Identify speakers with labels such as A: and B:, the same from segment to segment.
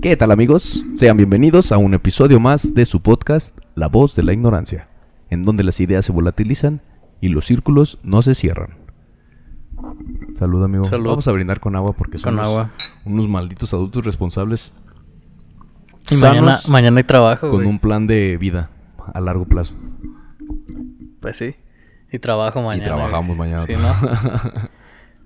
A: ¿Qué tal amigos? Sean bienvenidos a un episodio más de su podcast La voz de la ignorancia, en donde las ideas se volatilizan y los círculos no se cierran. Salud amigo.
B: Salud.
A: Vamos a brindar con agua porque
B: Con
A: somos
B: agua.
A: unos malditos adultos responsables
B: Y
A: sanos,
B: mañana, mañana hay trabajo,
A: con
B: güey.
A: un plan de vida a largo plazo.
B: Pues sí. Y trabajo mañana.
A: y trabajamos
B: güey.
A: mañana.
B: Sí, ¿no?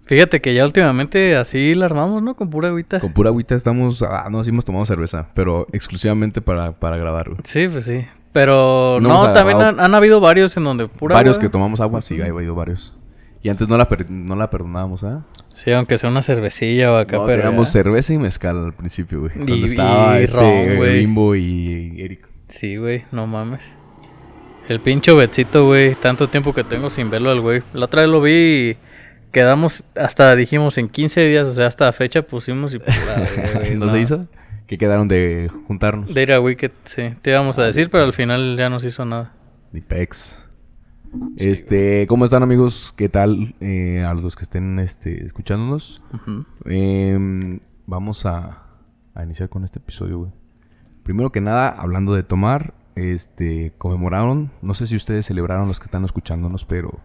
B: Fíjate que ya últimamente así la armamos, ¿no? Con pura agüita.
A: Con pura agüita estamos. Ah, no, sí hemos tomado cerveza, pero exclusivamente para, para grabar. güey.
B: Sí, pues sí. Pero
A: No
B: no,
A: hemos
B: también
A: agarrado-
B: han, han habido varios en donde pura
A: varios
B: agua-
A: que tomamos agua, sí, ha habido varios. Y antes no la, per- no la perdonábamos, ¿ah?
B: Sí, aunque sea una cervecilla o acá,
A: No,
B: pero
A: teníamos
B: ya.
A: cerveza y mezcal al principio, güey. Cuando
B: Y-
A: estaba
B: y
A: este
B: ron, güey.
A: Bimbo y Eric.
B: Sí, güey, no mames. El pincho Betsito, güey, tanto tiempo que tengo sin verlo al güey. La otra vez lo vi y quedamos, hasta dijimos en 15 días, o sea, hasta fecha pusimos y... pura verga, Ah, güey,
A: ¿No se hizo? Que quedaron de juntarnos.
B: De ir a Wicked, sí, te íbamos a decir, pero al final ya nos hizo nada.
A: Ni pex. Este, ¿cómo están amigos? ¿Qué tal? Eh, a los que estén este, escuchándonos.
B: Ujú.
A: Em, vamos a, a iniciar con este episodio, güey. Primero que nada, hablando de tomar, este, conmemoraron, no sé si ustedes celebraron los que están escuchándonos, pero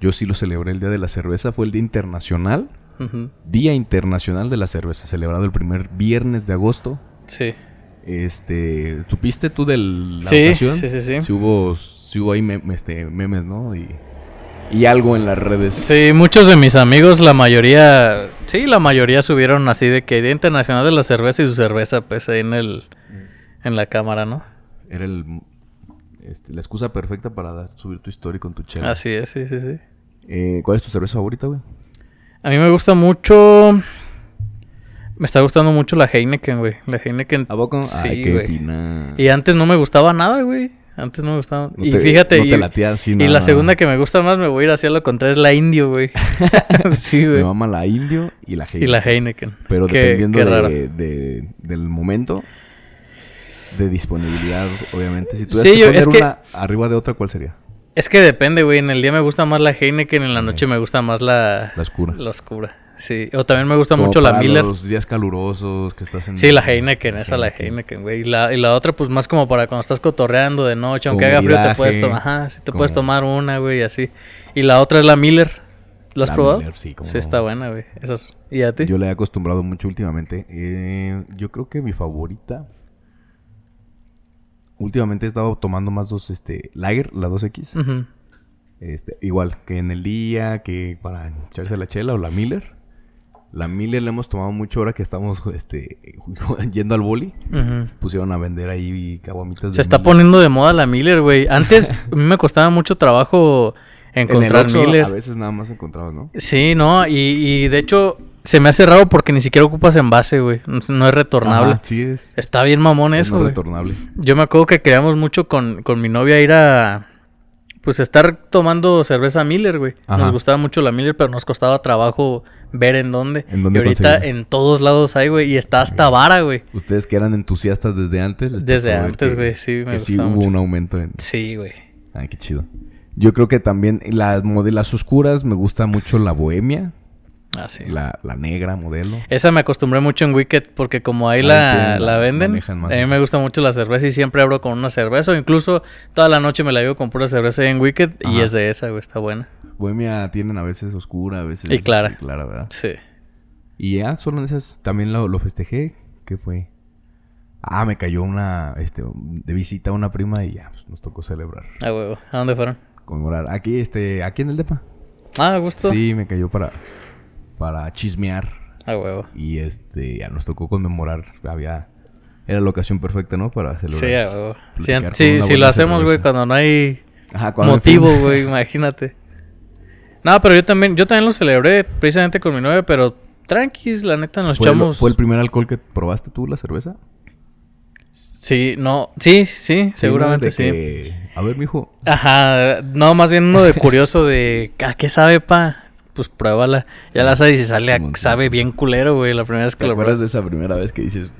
A: yo sí lo celebré el Día de la Cerveza, fue el Día Internacional,
B: Ujú.
A: Día Internacional de la Cerveza, celebrado el primer viernes de agosto.
B: Sí,
A: Este, ¿supiste tú de la
B: Sí,
A: ocasión?
B: sí, sí, sí.
A: Si hubo, si hubo ahí mem- este, memes, ¿no? Y, y algo en las redes.
B: sí, muchos de mis amigos, la mayoría, sí, la mayoría subieron así de que Día Internacional de la Cerveza y su cerveza, pues ahí en el, en la cámara, ¿no?
A: Era el, este, la excusa perfecta para dar- subir tu historia con tu chela.
B: Así es, Ah, sí, sí, sí.
A: Eh, ¿Cuál es tu cerveza favorita, güey?
B: A mí me gusta mucho. Me está gustando mucho la Heineken, güey. La Heineken.
A: ¿A poco?
B: Sí,
A: Ay, Ah, qué
B: güey.
A: fina.
B: Y antes no me gustaba nada, güey. Antes no me gustaba.
A: No
B: y
A: te-
B: fíjate,
A: no
B: y,
A: te latía así,
B: y
A: no,
B: la
A: no.
B: segunda que me gusta más me voy a ir hacia lo contrario, es la Indio, güey. sí,
A: Me
B: güey.
A: mama la Indio y la
B: Y
A: Heineken.
B: la Heineken.
A: Pero
B: Qué-
A: dependiendo
B: qué
A: de-
B: raro.
A: de- del momento, de disponibilidad, obviamente. Si tú
B: Sí,
A: tuvieras
B: yo-
A: que
B: es
A: poner
B: que-
A: una arriba de otra, ¿cuál sería?
B: Es que depende, güey. En el día me gusta más la Heineken, en la noche me gusta más la.
A: La oscura.
B: La oscura. Sí. O también me gusta
A: Como
B: mucho la
A: para
B: Miller.
A: los días calurosos que estás en...
B: Sí, la Heineken, esa la Heineken, güey. Y la, y la otra, pues más como para cuando estás cotorreando de noche, aunque haga frío, te puedes
A: Comeridaje,
B: tomar. Ajá, sí, te puedes
A: como-
B: tomar una, güey, así. Y la otra es la Miller. ¿La has
A: La
B: probado?
A: Miller, sí, cómo
B: Sí,
A: no.
B: está buena, güey. Esas- ¿Y a ti?
A: Yo la he acostumbrado mucho últimamente. Eh, yo creo que mi favorita. Últimamente he estado tomando más dos, este, Lager, la 2X.
B: Ujú.
A: Este, igual, que en el día, que para echarse la chela o la Miller. La Miller la hemos tomado mucho ahora que estamos, este, yendo al boli.
B: Ujú.
A: Pusieron a vender ahí caguamitas de
B: Se está
A: Miller.
B: poniendo de moda la Miller, güey. Antes a mí me costaba mucho trabajo encontrar
A: en el Oxxo,
B: Miller.
A: a veces nada más encontrabas, ¿no?
B: Sí, no, y, y de hecho se me hace raro porque ni siquiera ocupas envase, güey. No, no es retornable.
A: Ajá, sí, es,
B: Está bien mamón
A: es
B: eso,
A: no
B: güey.
A: retornable.
B: Yo me acuerdo que queríamos mucho con, con mi novia ir a. Pues estar tomando cerveza Miller, güey.
A: Ajá.
B: Nos gustaba mucho la Miller, pero nos costaba trabajo ver en dónde.
A: En dónde
B: y ahorita
A: conseguirla.
B: en todos lados hay, güey. Y está hasta vara, güey.
A: Ustedes que eran entusiastas desde antes. les
B: Desde
A: tocó ver
B: antes,
A: que-
B: güey, sí, me
A: que sí
B: gustaba
A: hubo
B: mucho.
A: un aumento en,
B: Sí, güey.
A: Ay, qué chido. Yo creo que también las modelas oscuras me gusta mucho la bohemia,
B: Así.
A: la, la negra modelo.
B: Ah, Esa me acostumbré mucho en Wicked porque como ahí
A: Ahí
B: la,
A: te la
B: la venden, a
A: manejan más
B: mí
A: así.
B: me gusta mucho la cerveza y siempre abro con una cerveza. O incluso toda la noche me la llevo con pura cerveza ahí en Wicked y
A: Ajá.
B: es de esa, güey. Está buena.
A: Bohemia tienen a veces oscura, a veces
B: Y clara.
A: clara, ¿verdad?
B: Sí.
A: Y ya, solo en esas también lo, lo festejé. ¿Qué fue? Ah, me cayó una, este, de visita una prima y ya, pues, nos tocó celebrar,
B: A huevo. ¿A dónde fueron?
A: conmemorar. Aquí, este, aquí en el depa.
B: Ah, a gusto.
A: Sí, me cayó para, para chismear.
B: A huevo.
A: Y este, ya nos tocó conmemorar. Había, era la ocasión perfecta, ¿no? Para celebrar.
B: Sí, a huevo. Si,
A: platicar con
B: si-
A: una
B: si
A: buena
B: lo hacemos, güey,
A: cerveza.
B: cuando no hay
A: Ajá, cuando me fui-
B: motivo, güey, imagínate. No, pero yo también, yo también lo celebré precisamente con mi novia, pero tranquis, la neta, nos
A: ¿Fue, el-
B: echamos.
A: ¿Fue el primer alcohol que probaste tú, la cerveza?
B: Sí, no, sí, sí, seguramente
A: Sí, ¿no?
B: sí.
A: De que, A ver, mijo.
B: Ajá, no, más bien uno de curioso de, ¿a qué sabe, pa? Pues pruébala. Ya
A: Ah,
B: la sabes y sale, a-
A: Simón,
B: sabe
A: Simón,
B: bien culero, güey, la primera vez que
A: ¿Te
B: lo
A: acuerdas
B: pruebas.
A: de esa primera vez que dices?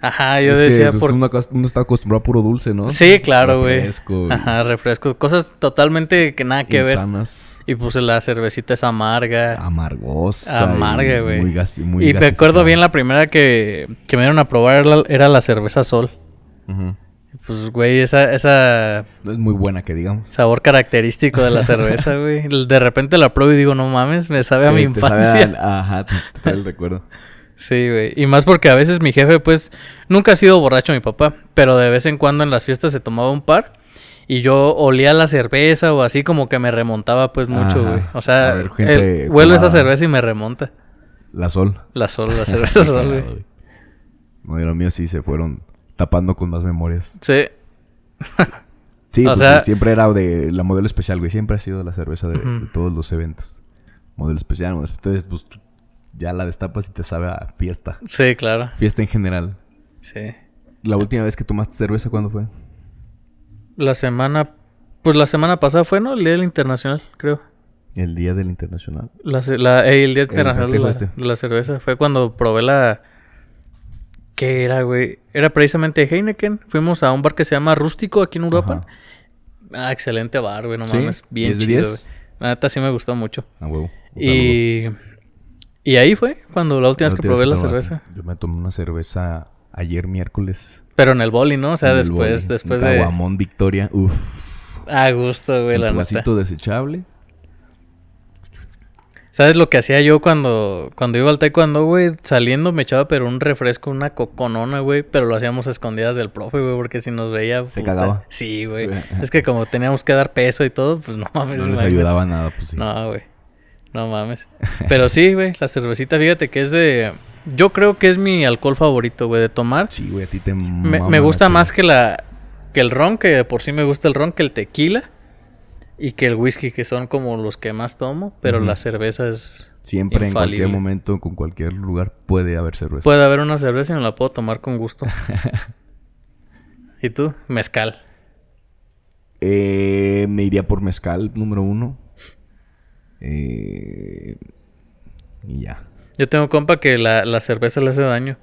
B: Ajá, Ah, yo
A: "Es que,
B: decía,
A: pues,
B: por
A: uno, acos- uno está acostumbrado a puro dulce, ¿no?
B: Sí, claro, güey.
A: Refresco y
B: Ajá, refresco. Cosas totalmente que nada que ver.
A: insanas.
B: Y puse la cervecita esa amarga.
A: Amargosa.
B: Amarga,
A: y
B: güey.
A: Ah, Muy gas, muy
B: y me acuerdo
A: gasificada.
B: bien la primera que, que me dieron a probar era la- era la cerveza Sol.
A: Ujú.
B: Pues, güey, esa, esa
A: No es muy buena que digamos.
B: sabor característico de la cerveza, güey. De repente la pruebo y digo, no mames, me sabe a mi
A: Eh, te sabe
B: infancia.
A: al- ajá, te, te trae el recuerdo.
B: Sí, güey. Y más porque a veces mi jefe, pues, nunca ha sido borracho mi papá, pero de vez en cuando en las fiestas se tomaba un par y yo olía la cerveza o así como que me remontaba, pues, mucho,
A: Ajá.
B: güey. O sea,
A: A ver, gente
B: el- huelo esa
A: tomada.
B: cerveza y me remonta.
A: La sol.
B: La sol, la cerveza sol, güey.
A: No, y lo mío sí se fueron tapando con más memorias.
B: Sí.
A: Sí,
B: O
A: pues
B: sea-
A: sí, siempre era de la modelo especial, güey. Siempre ha sido la cerveza de,
B: Ujú.
A: de todos los eventos. Modelo especial, modelo espe- Entonces, pues tú ya la destapas y te sabe a fiesta.
B: Sí, claro.
A: Fiesta en general.
B: Sí.
A: ¿La última vez que tomaste cerveza cuándo fue?
B: La semana, pues la semana pasada fue, ¿no? El Día del Internacional, creo.
A: El día del internacional.
B: La, ce- la- eh, el Día Internacional de
A: festejo
B: la,
A: este.
B: de la cerveza. Fue cuando probé la... ¿Qué era, güey? Era precisamente Heineken. Fuimos a un bar que se llama Rústico aquí en Europa.
A: Ajá.
B: Ah, excelente bar, güey. No
A: ¿Sí?
B: mames. Bien
A: ¿Diez de
B: chido,
A: diez?
B: güey. La neta sí me gustó mucho.
A: A huevo. Un saludo.
B: Y... Y ahí fue cuando la última vez
A: La
B: que
A: última
B: probé la
A: vez que tomaste.
B: cerveza.
A: Yo me tomé una cerveza ayer miércoles.
B: Pero en el boli, ¿no? O sea,
A: en el
B: después,
A: Boli.
B: después
A: Un
B: de...
A: Caguamón Victoria. Uf.
B: A gusto, güey,
A: En
B: la
A: tu
B: neta.
A: vasito desechable.
B: ¿Sabes lo que hacía yo cuando, cuando iba al taekwondo, güey? Saliendo me echaba pero un refresco, una coconona, güey. Pero lo hacíamos a escondidas del profe, güey, porque si nos veía...
A: Se cagaba.
B: Sí, güey. es que como teníamos que dar peso y todo, pues no mames.
A: No les
B: imagínate.
A: ayudaba nada, pues sí.
B: No, güey. No mames. Pero sí, güey, la cervecita, fíjate que es de... Yo creo que es mi alcohol favorito, güey, de tomar.
A: Sí, güey, a ti te
B: Me, me gusta más que la que el ron, que de por sí me gusta el ron, que el tequila y que el whisky, que son como los que más tomo, pero
A: Ujú.
B: la cerveza es
A: Siempre, en cualquier
B: infalible.
A: momento, con cualquier lugar, puede haber cerveza.
B: Puede haber una cerveza y me la puedo tomar con gusto. ¿Y tú? Mezcal.
A: Eh, me iría por mezcal, número uno. Eh, y ya.
B: Yo tengo compa que la, la cerveza le hace daño.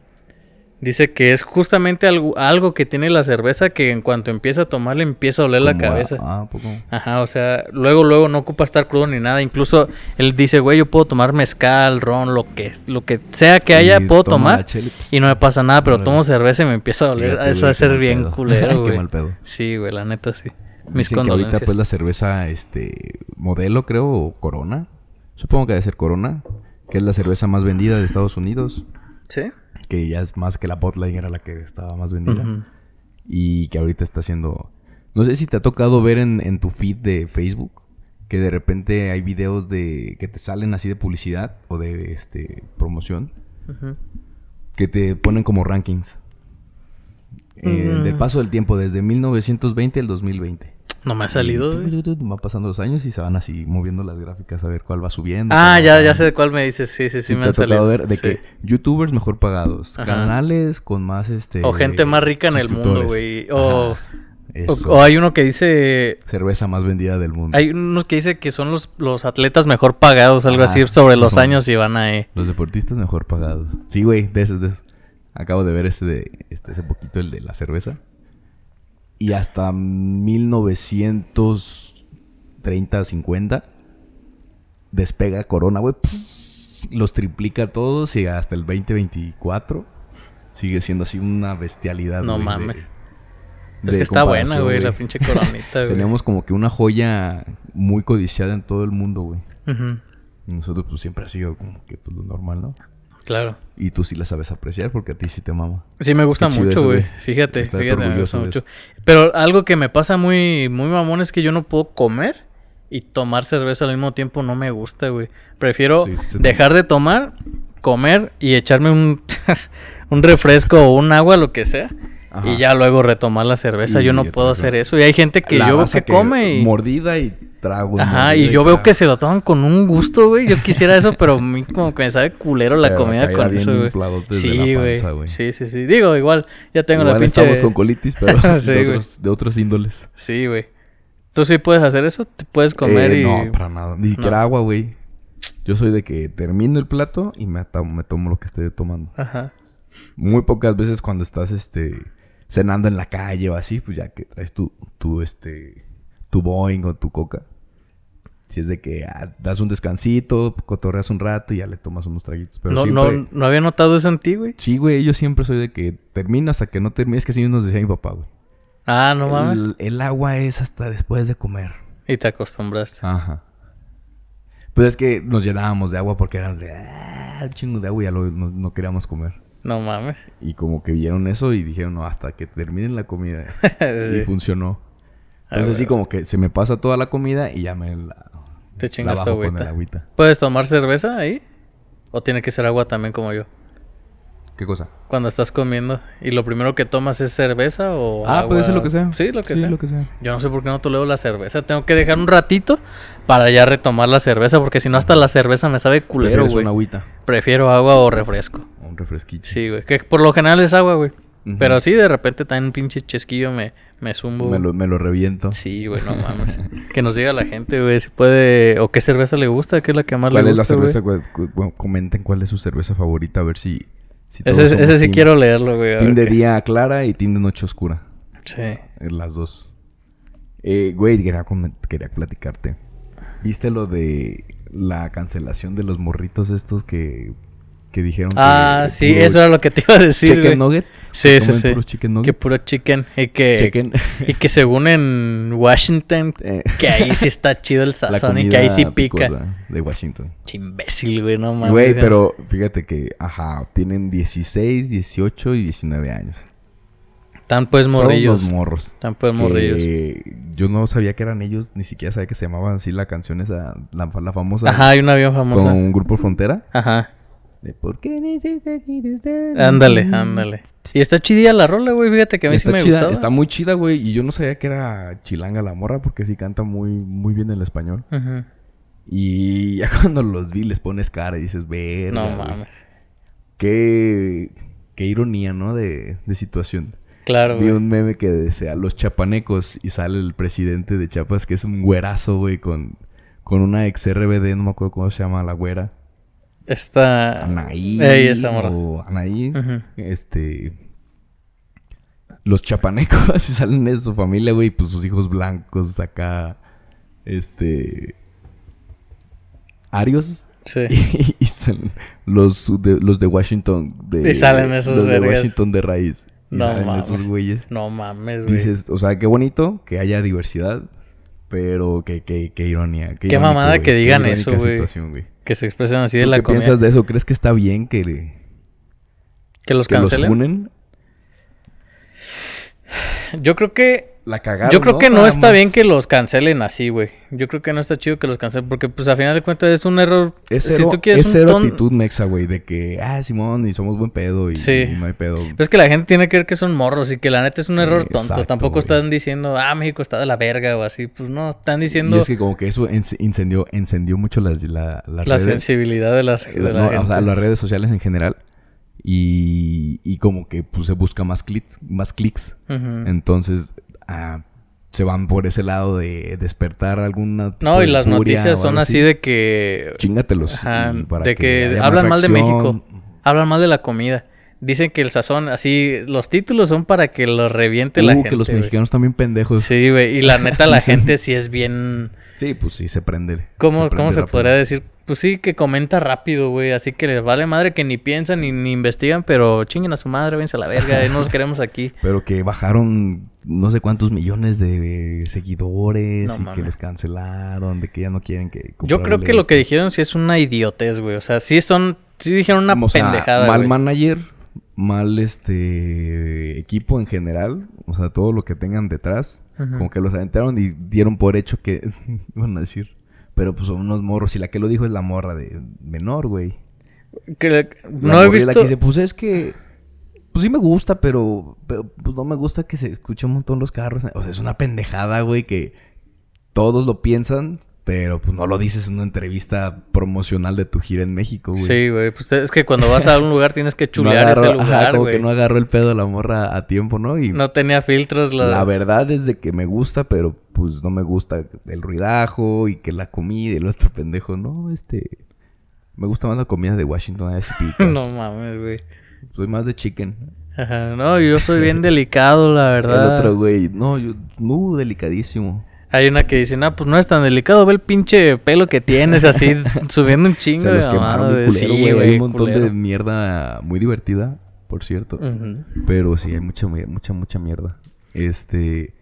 B: Dice que es justamente algo, algo que tiene la cerveza que en cuanto empieza a tomar le empieza a oler la
A: Como a-
B: cabeza.
A: ah, ¿a poco.
B: Ajá, o sea, luego, luego no ocupa estar crudo ni nada. Incluso él dice, güey, yo puedo tomar mezcal, ron, lo que, lo que sea que haya,
A: Y
B: puedo
A: toma la
B: tomar
A: chela y, pues,
B: y no me pasa nada, pero
A: Órale.
B: tomo cerveza y me empieza a oler.
A: fíjate,
B: Eso
A: güey,
B: va a
A: qué
B: ser
A: mal
B: bien
A: pedo. Qué
B: culero, güey.
A: mal pedo.
B: Sí, güey, la neta sí. Mis
A: Dicen que ahorita
B: condolencias.
A: pues la cerveza este modelo creo o Corona. Supongo que debe ser Corona, que es la cerveza más vendida de Estados Unidos,
B: ¿Sí?
A: que ya es más que la Botline era la que estaba más vendida
B: Ujú.
A: y que ahorita está haciendo no sé si te ha tocado ver en, en tu feed de Facebook que de repente hay videos de que te salen así de publicidad o de este promoción
B: Ujú.
A: que te ponen como rankings. Eh,
B: Mm.
A: Del paso del tiempo, desde 1920 al 2020.
B: No me ha salido,
A: Y tu,
B: güey.
A: tu, tu, tu, Van pasando los años y se van así moviendo las gráficas a ver cuál va subiendo.
B: Ah,
A: cuál va
B: ya, ya
A: bajando.
B: sé de cuál me dices. Sí, sí, sí,
A: pues, Sí,
B: me
A: te ha
B: han salido.
A: tocado ver de
B: Sí.
A: que youtubers mejor pagados,
B: Ajá.
A: canales con más este
B: O gente más rica en el mundo,
A: suscriptores.
B: güey. O,
A: Ajá.
B: o-
A: Eso.
B: o hay uno que dice...
A: cerveza más vendida del mundo.
B: Hay unos que dice que son los, los atletas mejor pagados, algo
A: Ah,
B: así, sobre los
A: son-
B: años y van ahí.
A: Los deportistas mejor pagados. Sí, güey, de esos, de esos. Acabo de ver ese de este, hace poquito el de la cerveza. Y hasta 1930, 50 despega Corona, güey. Los triplica a todos y hasta el 2024 sigue siendo así una bestialidad.
B: No
A: güey, de-
B: mames. Es
A: de
B: que está buena,
A: comparación,
B: güey, la pinche coronita, güey.
A: Tenemos como que una joya muy codiciada en todo el mundo, güey.
B: Ujú,
A: Y Nosotros pues siempre ha sido como que pues, lo normal, ¿no?
B: Claro.
A: Y tú sí la sabes apreciar porque a ti sí te mama.
B: Sí, me gusta
A: Qué chido
B: mucho,
A: eso,
B: güey.
A: güey.
B: Fíjate,
A: Estar
B: fíjate, me
A: orgulloso
B: gusta
A: de
B: mucho. Pero algo que me pasa muy, muy mamón es que yo no puedo comer y tomar cerveza al mismo tiempo. No me gusta, güey. Prefiero
A: Sí, se te-
B: dejar de tomar, comer y echarme un, un refresco o un agua, lo que sea.
A: Ajá.
B: Y ya luego retomar la cerveza.
A: Y
B: yo no
A: otra
B: puedo
A: vez,
B: hacer
A: ¿no?
B: eso. Y hay gente que
A: La
B: yo veo
A: raza
B: que, come y...
A: Mordida y trago.
B: Ajá, y yo veo que se lo toman con un gusto, güey. Yo quisiera eso, pero a mí como que me sabe culero la
A: Pero
B: comida
A: caerá
B: con
A: bien
B: eso, güey.
A: inflado desde
B: Sí,
A: la
B: güey.
A: panza, güey.
B: Sí, sí, sí. Digo, igual, ya tengo la pinche...
A: estamos con colitis, pero
B: Sí,
A: de,
B: güey.
A: otros, de otros índoles.
B: Sí, güey. ¿Tú sí puedes hacer eso? ¿Te puedes comer
A: Eh,
B: y...?
A: No, para nada. Ni siquiera
B: No.
A: agua, güey. Yo soy de que termino el plato y me, ata- me tomo lo que esté tomando.
B: Ajá.
A: Muy pocas veces cuando estás, este... Cenando en la calle o así, pues ya que traes tu, tu, este... Tu Boeing o tu Coca. Si es de que ah, das un descansito, cotorreas un rato y ya le tomas unos traguitos. Pero
B: no,
A: siempre-
B: no, no había notado eso en ti, güey.
A: Sí, güey, yo siempre soy de que termino hasta que no termine. Es que así nos decía mi papá, güey.
B: Ah, no mames.
A: el, el agua es hasta después de comer.
B: Y te acostumbraste.
A: Ajá. Pues es que nos llenábamos de agua porque éramos de... Ah, el chingo de agua y ya luego no, no queríamos comer.
B: No mames.
A: Y como que vieron eso y dijeron, no, hasta que terminen la comida. Y
B: Sí.
A: funcionó.
B: Ah,
A: Entonces así
B: güey.
A: como que se me pasa toda la comida y ya me la,
B: Te
A: la
B: chingas tu
A: bajo con el
B: agüita.
A: agüita.
B: ¿Puedes tomar cerveza ahí? ¿O tiene que ser agua también como yo?
A: ¿Qué cosa?
B: Cuando estás comiendo y lo primero que tomas es cerveza o
A: Ah,
B: agua.
A: puede ser lo que sea.
B: Sí, lo que sea.
A: lo que sea.
B: Yo no sé por qué no tolero la cerveza. Tengo que dejar un ratito para ya retomar la cerveza, porque si no hasta la cerveza me sabe culero,
A: Prefieres
B: güey.
A: una agüita
B: Prefiero agua o refresco.
A: o un refresquito.
B: Sí, güey. Que por lo general es agua, güey.
A: Ujú.
B: Pero sí, de repente también un pinche chesquillo me, me zumbo.
A: Me lo, me lo reviento.
B: Sí, güey, no mames. que nos diga la gente, güey, si puede... O qué cerveza le gusta, qué es la que más
A: ¿Cuál
B: le
A: es la
B: gusta,
A: cerveza?
B: güey.
A: cuál- cu- bueno, comenten cuál es su cerveza favorita, a ver si. si todos
B: Ese,
A: somos
B: ese sí
A: team-
B: quiero leerlo, güey. a
A: Team de
B: ver qué-
A: día clara y team de noche oscura.
B: Sí.
A: eh, Las dos. Eh, güey, quería, comen- quería platicarte. ¿Viste lo de la cancelación de los morritos estos que, que dijeron
B: Ah,
A: que.
B: sí,
A: puro
B: eso era lo que te iba a decir,
A: Chicken
B: güey.
A: nugget.
B: Sí, sí,
A: Comen
B: sí.
A: puros chicken
B: Que
A: nuggets.
B: puro chicken. Y que...
A: Chicken.
B: Y que según en Washington,
A: Eh,
B: que ahí sí está chido el
A: la
B: sazón y que ahí sí
A: comida
B: pica.
A: picosa de Washington.
B: Che, imbécil, güey, no mames.
A: Güey, pero fíjate que, ajá, tienen 16, 18 y 19 años.
B: Tan pues
A: Son
B: morrillos.
A: los morros.
B: Tan pues morrillos.
A: Que Yo no sabía que eran ellos, ni siquiera sabía que se llamaban así la canción esa, la, la famosa
B: Ajá, hay una bien famosa.
A: con un grupo Frontera.
B: Ajá.
A: De, ¿Por qué necesitas ir usted? Mm.
B: Ándale, ándale. Y está chidilla la rola, güey. Fíjate que a mí
A: Está
B: sí me
A: chida,
B: gustaba.
A: está muy chida, güey. Y yo no sabía que era chilanga la morra porque sí canta muy, muy bien el español.
B: Ujú.
A: Y ya cuando los vi les pones cara y dices, verga.
B: No
A: güey.
B: mames.
A: Qué, qué ironía, ¿no? De, de situación.
B: Claro,
A: Vi
B: güey.
A: un meme que decía los chapanecos y sale el presidente de Chiapas, que es un güerazo, güey, con, con una ex RBD, no me acuerdo cómo se llama la güera.
B: Está.
A: Anaí.
B: Ah. Ey, esa morra.
A: o Anaí.
B: Ujú.
A: Este. Los chapanecos y salen de su familia, güey, pues sus hijos blancos acá. Este. Arios.
B: Sí.
A: Y, salen los de, los de Washington de
B: Y salen esos
A: los de
B: vergas.
A: Washington de raíz. Y
B: No
A: salen
B: mames.
A: esos güeyes.
B: No mames, güey.
A: Dices, o sea, qué bonito que haya diversidad, pero qué, qué, qué ironía. Qué,
B: Qué
A: irónico,
B: mamada
A: güey,
B: que
A: qué
B: digan
A: irónica
B: eso, güey.
A: situación, güey.
B: Que se expresan así de
A: ¿Tú
B: la
A: ¿Qué
B: comida.
A: piensas de eso? ¿Crees que está bien que, que
B: Que los
A: los
B: cancelen.
A: unen?
B: Yo creo que
A: La cagaron.
B: Yo creo que no
A: Nada
B: está
A: más.
B: bien que los cancelen así, güey. Yo creo que no está chido que los cancelen porque, pues, a final de cuentas es un error.
A: Es cero, es
B: un
A: cero
B: ton-
A: actitud mexa, güey, de que, ah, Simón, y somos buen pedo y,
B: Sí.
A: y no hay pedo.
B: Pero es que la gente tiene que ver que son morros y que la neta es un error tonto.
A: Exacto,
B: Tampoco
A: güey.
B: están diciendo, ah, México está de la verga o así. Pues no, están diciendo
A: Y es que como que eso ens- incendió, encendió mucho las, la, las
B: la
A: redes.
B: sensibilidad de las. de
A: No,
B: la
A: o
B: gente.
A: sea, las redes sociales en general. Y, y como que pues, se busca más clics, más clics.
B: Ujú.
A: Entonces, ah, se van por ese lado de despertar alguna. tipo
B: No, y
A: de
B: las
A: furia
B: noticias
A: o
B: son
A: algo
B: así de que.
A: Chíngatelos.
B: Ajá,
A: y para
B: de que
A: haya más
B: hablan mal de
A: reacción. Uh,
B: México. Hablan mal de la comida. Dicen que el sazón, así, los títulos son para que lo reviente la
A: Uh,
B: gente.
A: que los
B: güey.
A: mexicanos también pendejos. Sí.
B: Sí, güey. Y la neta, la gente sí es bien.
A: pues sí, se prende.
B: ¿Cómo se,
A: prende
B: ¿cómo se
A: rápido.
B: podría decir? Pues sí, que comenta rápido, güey. Así que les vale madre que ni piensan ni, ni investigan, pero chinguen a su madre, vénganse a la verga, eh, no nos queremos aquí.
A: Pero que bajaron no sé cuántos millones de seguidores
B: No
A: y que
B: mames.
A: los cancelaron, de que ya no quieren que.
B: Yo
A: comprar
B: creo que lo que
A: boletos.
B: dijeron sí es una idiotez, güey. O sea, sí son. Sí dijeron una
A: O sea,
B: pendejada.
A: mal
B: güey.
A: manager, mal este equipo en general, o sea, todo lo que tengan detrás,
B: Ujú.
A: como que los aventaron y dieron por hecho que iban a decir, pero pues son unos morros y la que lo dijo es la morra de menor, güey.
B: Que-
A: La
B: no he
A: morra es la
B: visto.
A: que dice, pues es que pues sí me gusta, pero, pero, pues no me gusta que se escuche un montón los carros, o sea, es una pendejada, güey, que todos lo piensan, pero pues no lo dices en una entrevista promocional de tu gira en México, güey.
B: Sí, güey. Pues es que cuando vas a un lugar tienes que chulear
A: agarró-
B: ese
A: ajá,
B: lugar,
A: como que
B: güey.
A: no
B: No,
A: agarró el pedo la morra a tiempo, ¿no? Y
B: tenía filtros. La...
A: la verdad es de que me gusta, pero pues no me gusta el ruidajo y que la comida y el otro pendejo. No, este... Me gusta más la comida de Washington, allá sí pica.
B: no mames, güey.
A: Soy más de chicken.
B: Ajá. No, yo soy bien delicado, la verdad.
A: El otro güey, no, yo, no, delicadísimo.
B: Hay una que dice, ah, pues no es tan delicado, ve el pinche pelo que tienes así, subiendo un chingo.
A: Se los
B: de
A: quemaron
B: mamada,
A: bien
B: de-
A: culero,
B: sí,
A: güey. Hay
B: güey,
A: un montón
B: culero.
A: de mierda muy divertida, por cierto.
B: Ujú.
A: Pero sí, hay mucha, mi- mucha, mucha mierda. Este.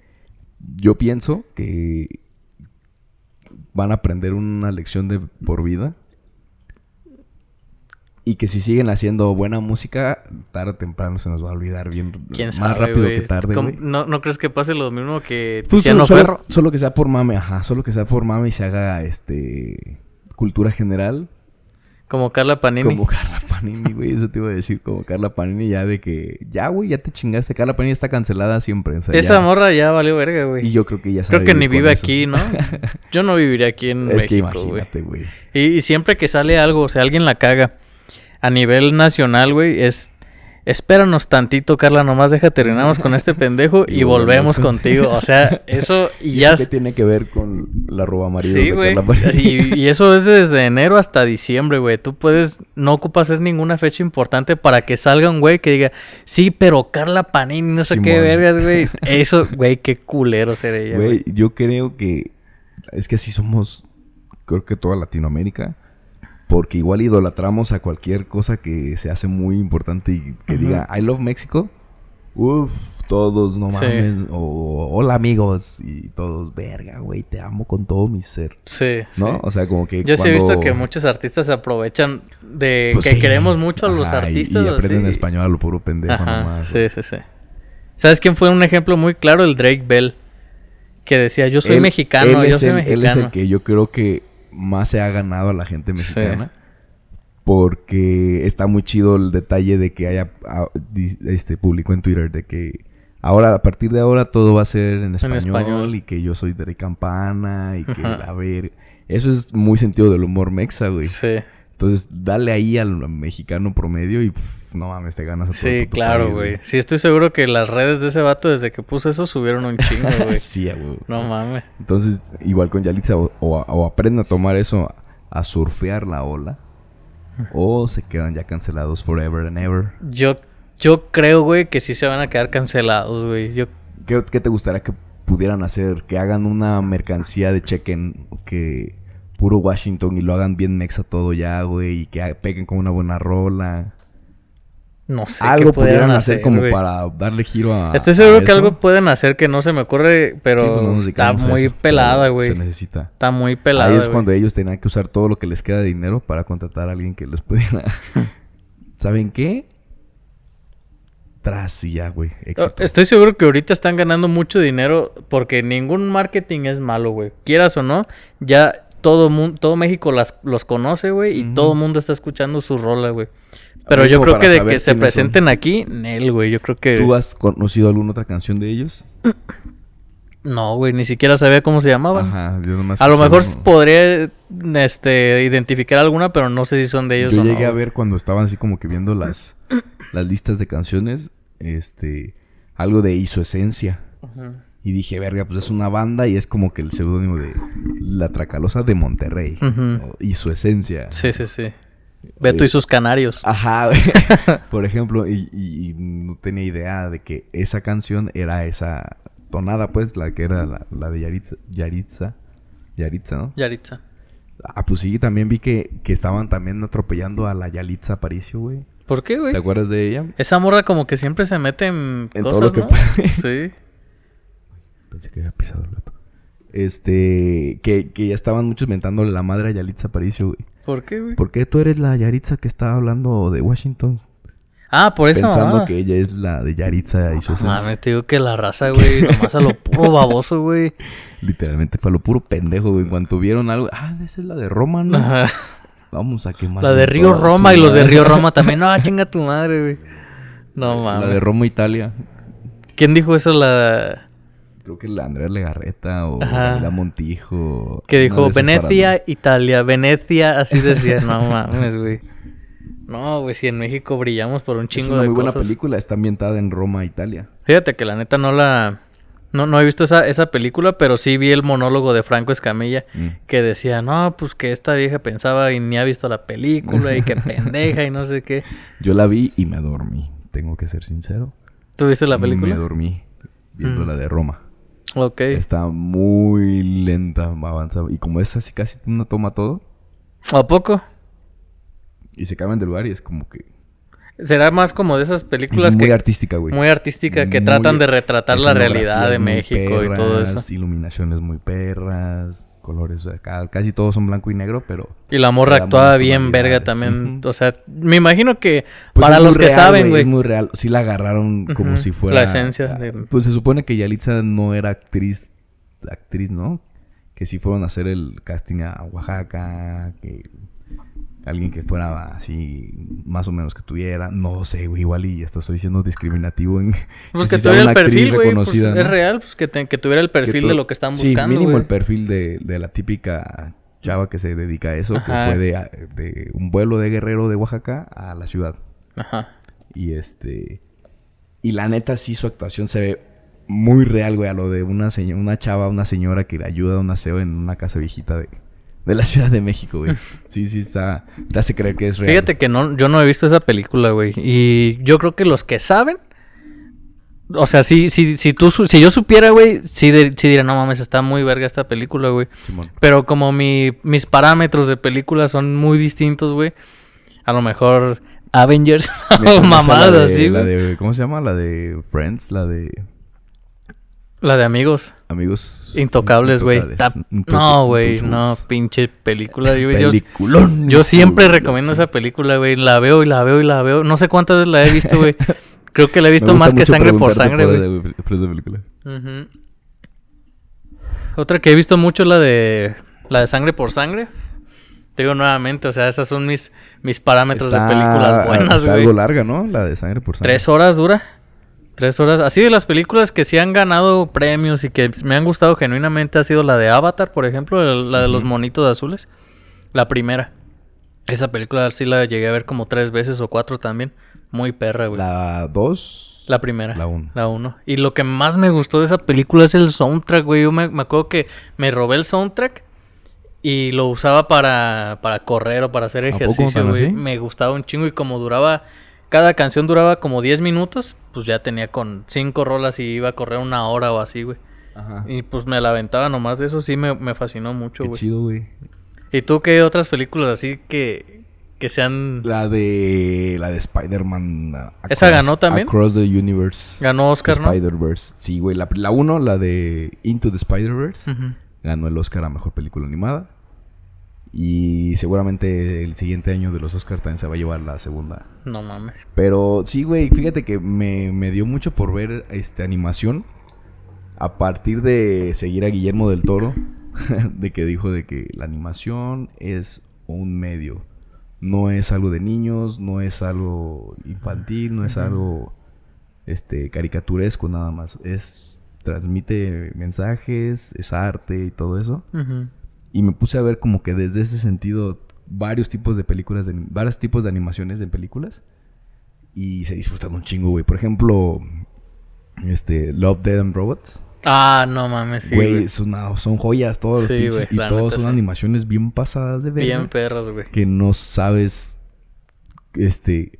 A: Yo pienso que van a aprender una lección de por vida. Y que si siguen haciendo buena música, tarde o temprano se nos va a olvidar bien.
B: ¿Quién
A: más
B: sabe,
A: rápido
B: güey?
A: que tarde,
B: ¿Cómo-
A: güey.
B: ¿No, ¿No crees que pase lo mismo que
A: Pues,
B: Tiziano
A: solo,
B: Ferro?
A: solo que sea por mame, ajá. Solo que sea por mame y se haga este. Cultura general.
B: Como Carla Panini.
A: Como Carla Panini, güey. Eso te iba a decir. Como Carla Panini, ya de que. Ya, güey, ya te chingaste. Carla Panini está cancelada siempre. o sea,
B: Esa
A: ya.
B: morra ya valió verga,
A: Y
B: güey.
A: yo creo que ya
B: Creo
A: sabe
B: que
A: vivir
B: ni
A: con
B: vive
A: eso.
B: aquí, ¿no? Yo no viviría aquí en
A: es que
B: México, güey.
A: imagínate, güey.
B: Y, y siempre que sale algo, o sea, alguien la caga a nivel nacional, güey, es... Espéranos tantito, Carla, nomás deja terminamos con este pendejo y,
A: Y volvemos
B: volvemos
A: con-
B: contigo. O sea, eso y
A: eso
B: ya...
A: ¿Qué tiene que ver con la roba marido
B: Sí, güey. Y, y eso es desde enero hasta diciembre, güey. Tú puedes, no ocupas hacer ninguna fecha importante para que salga un güey que diga, sí, pero Carla Panini, no sé qué
A: Simón.
B: vergas, güey. Eso, güey, qué culero ser ella, güey.
A: Güey, yo creo que. Es que así somos. Creo que toda Latinoamérica. Porque igual idolatramos a cualquier cosa que se hace muy importante y que
B: Ujú.
A: diga I love México. Uf, todos, no
B: Sí.
A: mames. O hola amigos. Y todos, verga, güey, te amo con todo mi ser.
B: Sí,
A: ¿No?
B: sí.
A: O sea, como que.
B: Yo sí he visto
A: cuando-
B: que muchos artistas se aprovechan de
A: Pues
B: que
A: sí.
B: queremos mucho a los
A: Ajá, y-
B: artistas.
A: Y, aprenden
B: así.
A: español a lo puro pendejo
B: Ajá,
A: nomás.
B: Sí, sí, sí. ¿Sabes quién fue un ejemplo muy claro? El Drake Bell. Que decía, yo soy
A: Él-
B: mexicano,
A: él
B: yo
A: es
B: soy
A: el-
B: mexicano.
A: Él es el que yo creo que más se ha ganado a la gente mexicana. Porque está muy chido el detalle de que haya a- di- este publicó en Twitter de que ahora a partir de ahora todo va a ser en español,
B: español.
A: y que yo soy de Campana y que
B: Ajá.
A: a ver, eso es muy sentido del humor mexa, güey.
B: Sí.
A: Entonces, dale ahí al mexicano promedio y pf, no mames, te ganas a todo el
B: Sí,
A: puto
B: claro,
A: país,
B: güey. Sí, estoy seguro que las redes de ese vato desde que puso eso subieron un chingo, güey.
A: sí, a huevo.
B: No mames.
A: Entonces, igual con Yalitza, o, o, o aprende a tomar eso, a surfear la ola, o se quedan ya cancelados forever and ever.
B: Yo, yo creo, güey, que sí se van a quedar cancelados, güey. Yo,
A: ¿Qué, qué te gustaría que pudieran hacer? Que hagan una mercancía de check-in, que puro Washington y lo hagan bien mexa todo ya, güey, y que ha- peguen con una buena rola.
B: no sé. qué
A: algo pudieran hacer, como
B: güey.
A: para darle giro a.
B: Estoy
A: a
B: seguro que
A: eso.
B: algo pueden hacer que no se me ocurre,
A: Sí, pues
B: pero
A: no nos
B: está
A: dedicamos a
B: muy
A: eso, pero
B: pelada, güey.
A: Se necesita.
B: Está muy pelada.
A: Ahí es
B: güey.
A: cuando ellos tenían que usar todo lo que les queda de dinero para contratar a alguien que les pudiera. ¿Saben qué? Tras y ya, güey.
B: Oh,
A: Éxito.
B: Eh, Estoy seguro que ahorita están ganando mucho dinero porque ningún marketing es malo, güey. Quieras o no, ya todo mun- todo México las, los conoce, güey, y
A: Ujú.
B: todo mundo está escuchando su rola, güey. Pero
A: mí
B: yo
A: como
B: creo
A: para
B: que de
A: saber
B: que se
A: quiénes son.
B: presenten aquí, Nel, güey. Yo creo que.
A: ¿Tú has conocido alguna otra canción de ellos?
B: No, güey, ni siquiera sabía cómo se llamaban.
A: Ajá, yo nomás.
B: A lo mejor
A: escuchaba-
B: podría este, identificar alguna, pero no sé si son de ellos
A: Yo
B: o no,
A: llegué a
B: güey.
A: ver cuando estaban así como que viendo las, las listas de canciones, este, algo de Hizo Esencia.
B: Ujú.
A: Y dije, verga, pues es una banda y es como que el seudónimo de La Tracalosa de Monterrey.
B: Ujú.
A: Y su esencia.
B: Sí, sí, sí. Beto y
A: Eh,
B: sus canarios.
A: Ajá, güey. Por ejemplo, y, y- y no tenía idea de que esa canción era esa tonada, pues, la que era la, la de Yaritza. Yaritza. Yaritza, ¿no?
B: Yaritza.
A: Ah, pues sí, también vi que, que estaban también atropellando a la Yalitza Aparicio, güey.
B: ¿Por qué, güey?
A: ¿Te acuerdas de ella?
B: Esa morra como que siempre se mete en,
A: En
B: cosas,
A: todo lo que
B: ¿no?
A: puede.
B: Sí.
A: Pensé que había pisado el gato. Este, que, que ya estaban muchos mentándole la madre a Yalitza Aparicio, güey.
B: ¿Por qué, güey?
A: ¿Por qué tú eres la Yaritza que estaba hablando de Washington?
B: Ah, por esa
A: Pensando
B: mamada.
A: que ella es la de Yaritza y su
B: No
A: esencia.
B: Mames, te digo que la raza, güey, nomás a lo puro baboso, güey.
A: Literalmente fue lo puro pendejo, güey. En cuanto vieron algo, ah, esa es la de Roma, ¿no?
B: Ajá.
A: Vamos a quemar.
B: La de Río Roma y los de Río Roma también. No, chinga tu madre, güey. No
A: La de
B: mames.
A: Roma, Italia.
B: ¿Quién dijo eso? La
A: Creo que la Andrea Legarreta o
B: Ajá.
A: la Montijo.
B: que
A: Una de
B: dijo
A: esas
B: Venecia,
A: para-
B: Italia, Venecia, así decía. No mames, güey. No, güey, si en México brillamos por un
A: Es
B: chingo
A: una
B: de
A: muy buena
B: cosas.
A: película. Está ambientada en Roma, Italia.
B: Fíjate que la neta no la. No, no he visto esa, esa película, pero sí vi el monólogo de Franco Escamilla
A: Mm.
B: que decía, no, pues que esta vieja pensaba y ni ha visto la película y que pendeja y no sé qué.
A: Yo la vi y me dormí. Tengo que ser sincero.
B: ¿Tú viste la
A: Me Este.
B: película?
A: dormí viendo
B: Mm.
A: la de Roma.
B: Ok.
A: Está muy lenta, avanza. Y como es así casi una toma todo,
B: ¿A poco?
A: y se cambian de lugar y es como que...
B: Será más como de esas películas
A: Es muy
B: que
A: artística, güey.
B: muy artística que
A: Muy-
B: tratan de retratar la realidad de
A: Escenografías muy
B: México y todo eso.
A: perras, Iluminaciones muy perras, colores acá. Casi todos son blanco y negro, pero...
B: Y la morra
A: Le damos
B: actuaba
A: tonalidades.
B: bien verga también.
A: Ujú.
B: O sea, me imagino que
A: Pues
B: para
A: es muy
B: los que
A: real,
B: saben,
A: Es
B: güey.
A: muy real. Sí la agarraron como
B: Ujú,
A: si fuera...
B: la esencia de-
A: Pues se supone que Yalitza no era actriz, actriz, ¿no? Que sí fueron a hacer el casting a Oaxaca, que... Alguien que fuera así, más o menos que tuviera. No sé, güey, igual y hasta estoy siendo discriminativo en...
B: Pues
A: si
B: que
A: sea
B: tuviera
A: una
B: el
A: actriz
B: perfil, güey. pues,
A: reconocida,
B: Es
A: ¿no?
B: real, pues que, te- que tuviera el
A: que
B: perfil
A: todo-
B: de lo que están buscando.
A: Sí, mínimo
B: güey.
A: el perfil de, de la típica chava que se dedica a eso,
B: Ajá.
A: que fue de, de un vuelo de Guerrero de Oaxaca a la ciudad.
B: Ajá.
A: Y este. Y la neta, sí, su actuación se ve muy real, güey, a lo de una, seño- una chava, una señora que le ayuda a un aseo en una casa viejita de, de la Ciudad de México, güey. Sí, sí, está. Te hace creer que es real.
B: Fíjate que no, yo no he visto esa película, güey. Y yo creo que los que saben. O sea, si, si, si, tú, su- si yo supiera, güey, sí, de- sí diría, no mames, está muy verga esta película, güey.
A: Simón.
B: Pero como mi, mis parámetros de películas son muy distintos, güey. A lo mejor Avengers
A: Me suena
B: o
A: esa la
B: mamadas
A: de-
B: así,
A: la
B: güey.
A: de- ¿Cómo se llama? La de Friends, la de
B: La de amigos
A: Amigos
B: intocables, güey. Ta-
A: Intocables.
B: No, güey, no,
A: Intouchables.
B: pinche película. Yo, yo-
A: Peliculón.
B: yo siempre recomiendo esa película, güey. La veo y la veo y la veo. No sé cuántas veces la he visto, güey. Creo que la he visto más que sangre por sangre, güey. Ujú. Otra que he visto mucho es la de la de sangre por sangre. Te digo nuevamente, o sea, esas son mis, mis parámetros de películas buenas,
A: está
B: güey.
A: algo larga, ¿no? La de sangre por sangre.
B: Tres horas dura. Tres horas. Así de las películas que sí han ganado premios y que me han gustado genuinamente ha sido la de Avatar, por ejemplo, el- la de los
A: Ujú.
B: monitos azules. La primera. Esa película sí la llegué a ver como tres veces o cuatro también. Muy perra, güey. La,
A: La dos.
B: primera.
A: La uno.
B: La uno. Y lo que más me gustó de esa película es el soundtrack, güey. Yo me, me acuerdo que me robé el soundtrack y lo usaba para, para correr o para hacer
A: ¿A poco
B: ejercicio,
A: tan
B: güey.
A: así?
B: Me gustaba un chingo y como duraba, cada canción duraba como 10 minutos, pues ya tenía con cinco rolas y iba a correr una hora o así, güey.
A: Ajá.
B: Y pues me la aventaba nomás de eso, sí me, me fascinó mucho,
A: Ah. Qué
B: güey. Mm.
A: chido, güey.
B: ¿Y tú qué otras películas así que, que sean...
A: La de. La de Spider-Man. uh,
B: ¿Esa
A: Across-
B: ganó también?
A: Across the Universe.
B: Ganó Oscar, ¿no?
A: Spider-Verse. Sí, güey. La, la uno, la de Into the Spider-Verse.
B: Ujú.
A: ganó el Oscar a Mejor Película Animada. Y seguramente el siguiente año de los Oscars también se va a llevar la segunda.
B: No mames.
A: Pero sí, güey, fíjate que me, me dio mucho por ver este, animación. A partir de seguir a Guillermo del Toro, de que dijo de que la animación es un medio. No es algo de niños, no es algo infantil, no es
B: Ujú.
A: algo este caricaturesco nada más. Es transmite mensajes, es arte y todo eso.
B: Ujú.
A: Y me puse a ver como que desde ese sentido varios tipos de películas, de, varios tipos de animaciones de películas. Y se disfrutan un chingo, güey. Por ejemplo, este, Love, Dead and Robots.
B: Ah, no mames, sí,
A: güey,
B: güey.
A: son, una- son joyas todos los
B: Sí,
A: pinches-
B: güey,
A: Y
B: la
A: todos
B: neta
A: son
B: sí.
A: animaciones bien pasadas de verga.
B: Bien perros, güey.
A: que no sabes, este,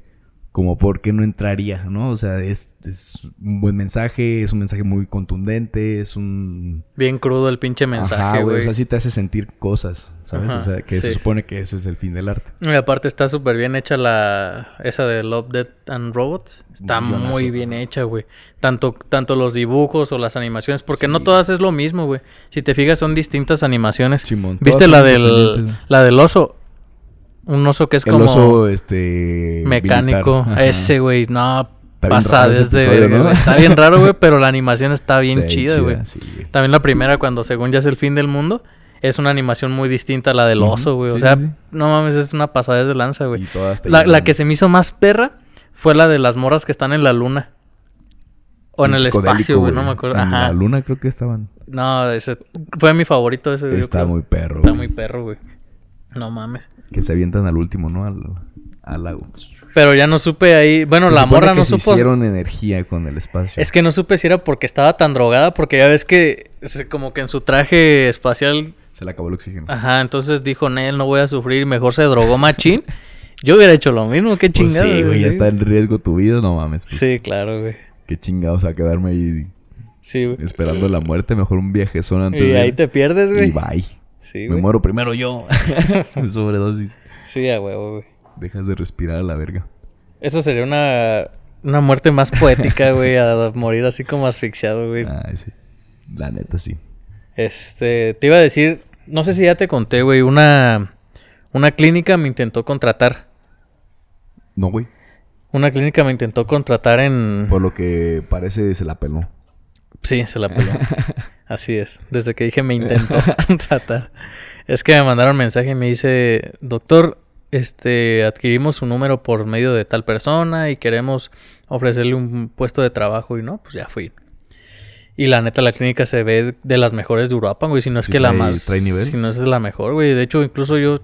A: como por qué no entraría, ¿no? O sea, es, es un buen mensaje, es un mensaje muy contundente, es un...
B: Bien crudo el pinche mensaje,
A: Ajá,
B: güey.
A: O sea, sí te hace sentir cosas, ¿sabes? o
B: Ajá,
A: sea, que se
B: sí.
A: supone que eso es el fin del arte.
B: Y aparte está súper bien hecha la... Esa de Love, Death and Robots. Está
A: Guionazo,
B: muy bien
A: ajá.
B: hecha, güey. Tanto, tanto los dibujos o las animaciones. Porque no
A: Sí.
B: todas es lo mismo, güey. Si te fijas, son distintas animaciones.
A: Simón,
B: ¿Viste
A: todas
B: la
A: son
B: del,
A: independientes.
B: la del oso? Un oso que es
A: el
B: como
A: oso, este...
B: mecánico.
A: militar. Ajá.
B: Ese, güey. No,
A: bien
B: pasa
A: raro ese
B: desde...
A: episodio, ¿no?
B: Está bien raro, güey. Pero la animación está bien
A: Sí,
B: chida, güey.
A: sí, güey.
B: También la primera, cuando según ya es el fin del mundo, es una animación muy distinta a la del
A: Ujú,
B: oso, güey.
A: sí,
B: o sea,
A: sí, sí.
B: no mames, es una pasada de lanza, güey.
A: Y todas te
B: La, la
A: llenan
B: que se me hizo más perra fue la de las morras que están en la luna. O en
A: un
B: el
A: psicodélico,
B: espacio, güey, no me acuerdo.
A: En
B: Ajá.
A: la luna creo que estaban.
B: No, ese fue mi favorito ese, güey. yo
A: Está
B: creo.
A: muy perro,
B: Está muy
A: güey.
B: perro, güey. No mames.
A: Que se avientan al último, ¿no? Al, al lago.
B: Pero ya no supe ahí. Bueno,
A: Se
B: la
A: supone
B: morra
A: que
B: no
A: se
B: supo.
A: hicieron energía con el espacio.
B: Es que no supe si era porque estaba tan drogada, porque ya ves que se- como que en su traje espacial
A: Se le acabó el oxígeno.
B: Ajá, entonces dijo Nel, no voy a sufrir, mejor se drogó machín. Yo hubiera hecho lo mismo, qué
A: Pues
B: chingada.
A: sí, güey, ya está en riesgo tu vida, no mames. pues,
B: Sí, claro, güey.
A: Qué chingados a quedarme ahí
B: Sí, güey.
A: Esperando la muerte, mejor un viajezón antes
B: Y
A: de...
B: ahí te pierdes,
A: Y
B: güey.
A: bye.
B: Sí,
A: Me
B: güey.
A: muero primero yo. En sobredosis.
B: Sí, a huevo, güey.
A: Dejas de respirar a la verga.
B: Eso sería una, una muerte más poética, güey, a morir así como asfixiado, güey.
A: Ay, sí. Ah, La neta, sí.
B: Este, te iba a decir, no sé si ya te conté, güey, una, una clínica me intentó contratar.
A: No, güey.
B: Una clínica me intentó contratar en...
A: Por lo que parece, se la peló.
B: Sí, se la peló. Así es. Desde que
A: Eh.
B: dije me intentó contratar. Es que me mandaron mensaje y me dice, doctor, este, adquirimos su número por medio de tal persona y queremos ofrecerle un puesto de trabajo. Y no, pues ya fui. Y la neta, la clínica se ve de las mejores de Europa, güey. Si no es
A: Sí,
B: que la
A: trae-
B: más...
A: trae nivel.
B: Si no es la mejor, güey. De hecho, incluso yo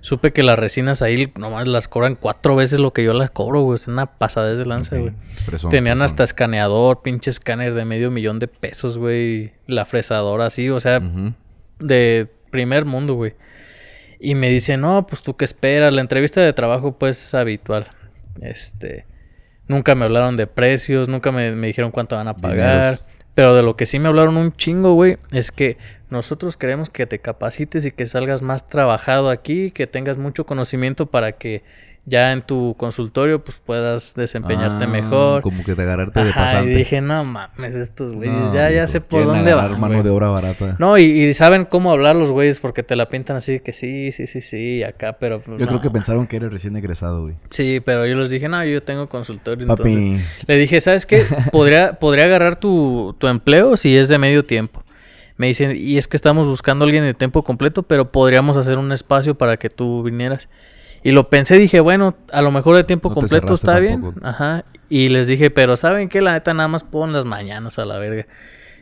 B: supe que las resinas ahí nomás las cobran cuatro veces lo que yo las cobro, güey. Es una pasadez de lanza,
A: Ok.
B: güey.
A: Fresón,
B: Tenían
A: fresón.
B: hasta escaneador, pinche escáner de medio millón de pesos, güey. La fresadora así, o sea,
A: Ujú.
B: de primer mundo, güey. Y me dice, no, pues tú qué esperas, la entrevista de trabajo pues habitual. Este, nunca me hablaron de precios, nunca me, me dijeron cuánto van a pagar.
A: Dineros.
B: Pero de lo que sí me hablaron un chingo, güey, es que nosotros queremos que te capacites y que salgas más trabajado aquí, que tengas mucho conocimiento para que ya en tu consultorio pues puedas desempeñarte
A: Ah,
B: mejor.
A: Como que te agarrarte de
B: Ajá,
A: pasante.
B: Y dije, no mames, estos güeyes,
A: No,
B: ya, ya
A: viejo,
B: sé por
A: quieren
B: dónde
A: agarrar
B: van.
A: mano
B: güey.
A: de obra barata.
B: No, y, y saben cómo hablar los güeyes porque te la pintan así de que sí, sí, sí, sí, acá, pero. pues,
A: Yo creo que pensaron que eres recién egresado, güey.
B: Sí, pero yo les dije, no, yo tengo consultorio. entonces-
A: Papi.
B: Le dije, ¿sabes qué? Podría, podría agarrar tu, tu empleo si es de medio tiempo. Me dicen, y es que estamos buscando a alguien de tiempo completo, pero podríamos hacer un espacio para que tú vinieras. Y lo pensé, dije, bueno, a lo mejor de tiempo
A: No te
B: completo
A: cerraste
B: está bien.
A: tampoco.
B: Ajá. Y les dije, pero ¿saben qué? La neta nada más puedo en las mañanas a la verga.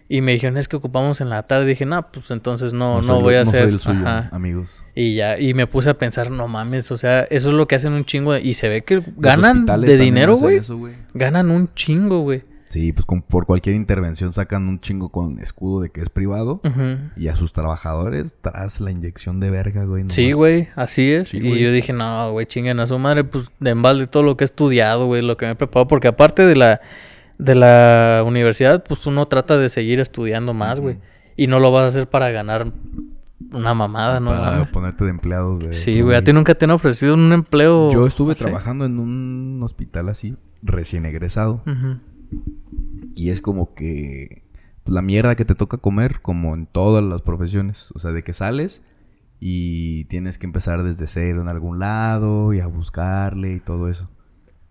B: Y me dijeron, es que ocupamos en la tarde. Dije, no, pues entonces no, no,
A: soy-
B: voy
A: no
B: a hacer.
A: soy el suyo, Ah.
B: Ajá.
A: amigos.
B: Y ya, y me puse a pensar, no mames, o sea, eso es lo que hacen un chingo. de- y se ve que
A: Los
B: ganan
A: hospitales
B: de
A: también
B: dinero,
A: hacen
B: güey.
A: eso, güey.
B: Ganan un chingo, güey.
A: Sí, pues con- por cualquier intervención sacan un chingo con escudo de que es privado.
B: Ujú.
A: Y a sus trabajadores tras la inyección de verga, güey. nomás.
B: Sí, güey, así es.
A: Sí,
B: y
A: güey.
B: yo dije, no, güey, chinguen a su madre, pues de embalde todo lo que he estudiado, güey, lo que me he preparado, porque aparte de la, de la universidad, pues uno trata de seguir estudiando más, güey.
A: Ujú.
B: Y no lo vas a hacer para ganar una mamada, ¿no?
A: Para
B: mames.
A: ponerte de empleado. De
B: Sí, güey, a ti nunca te han ofrecido un empleo.
A: Yo estuve
B: así?
A: trabajando en un hospital así, recién egresado.
B: Ujú.
A: Y es como que pues, la mierda que te toca comer, como en todas las profesiones. O sea, de que sales y tienes que empezar desde cero en algún lado y a buscarle y todo eso.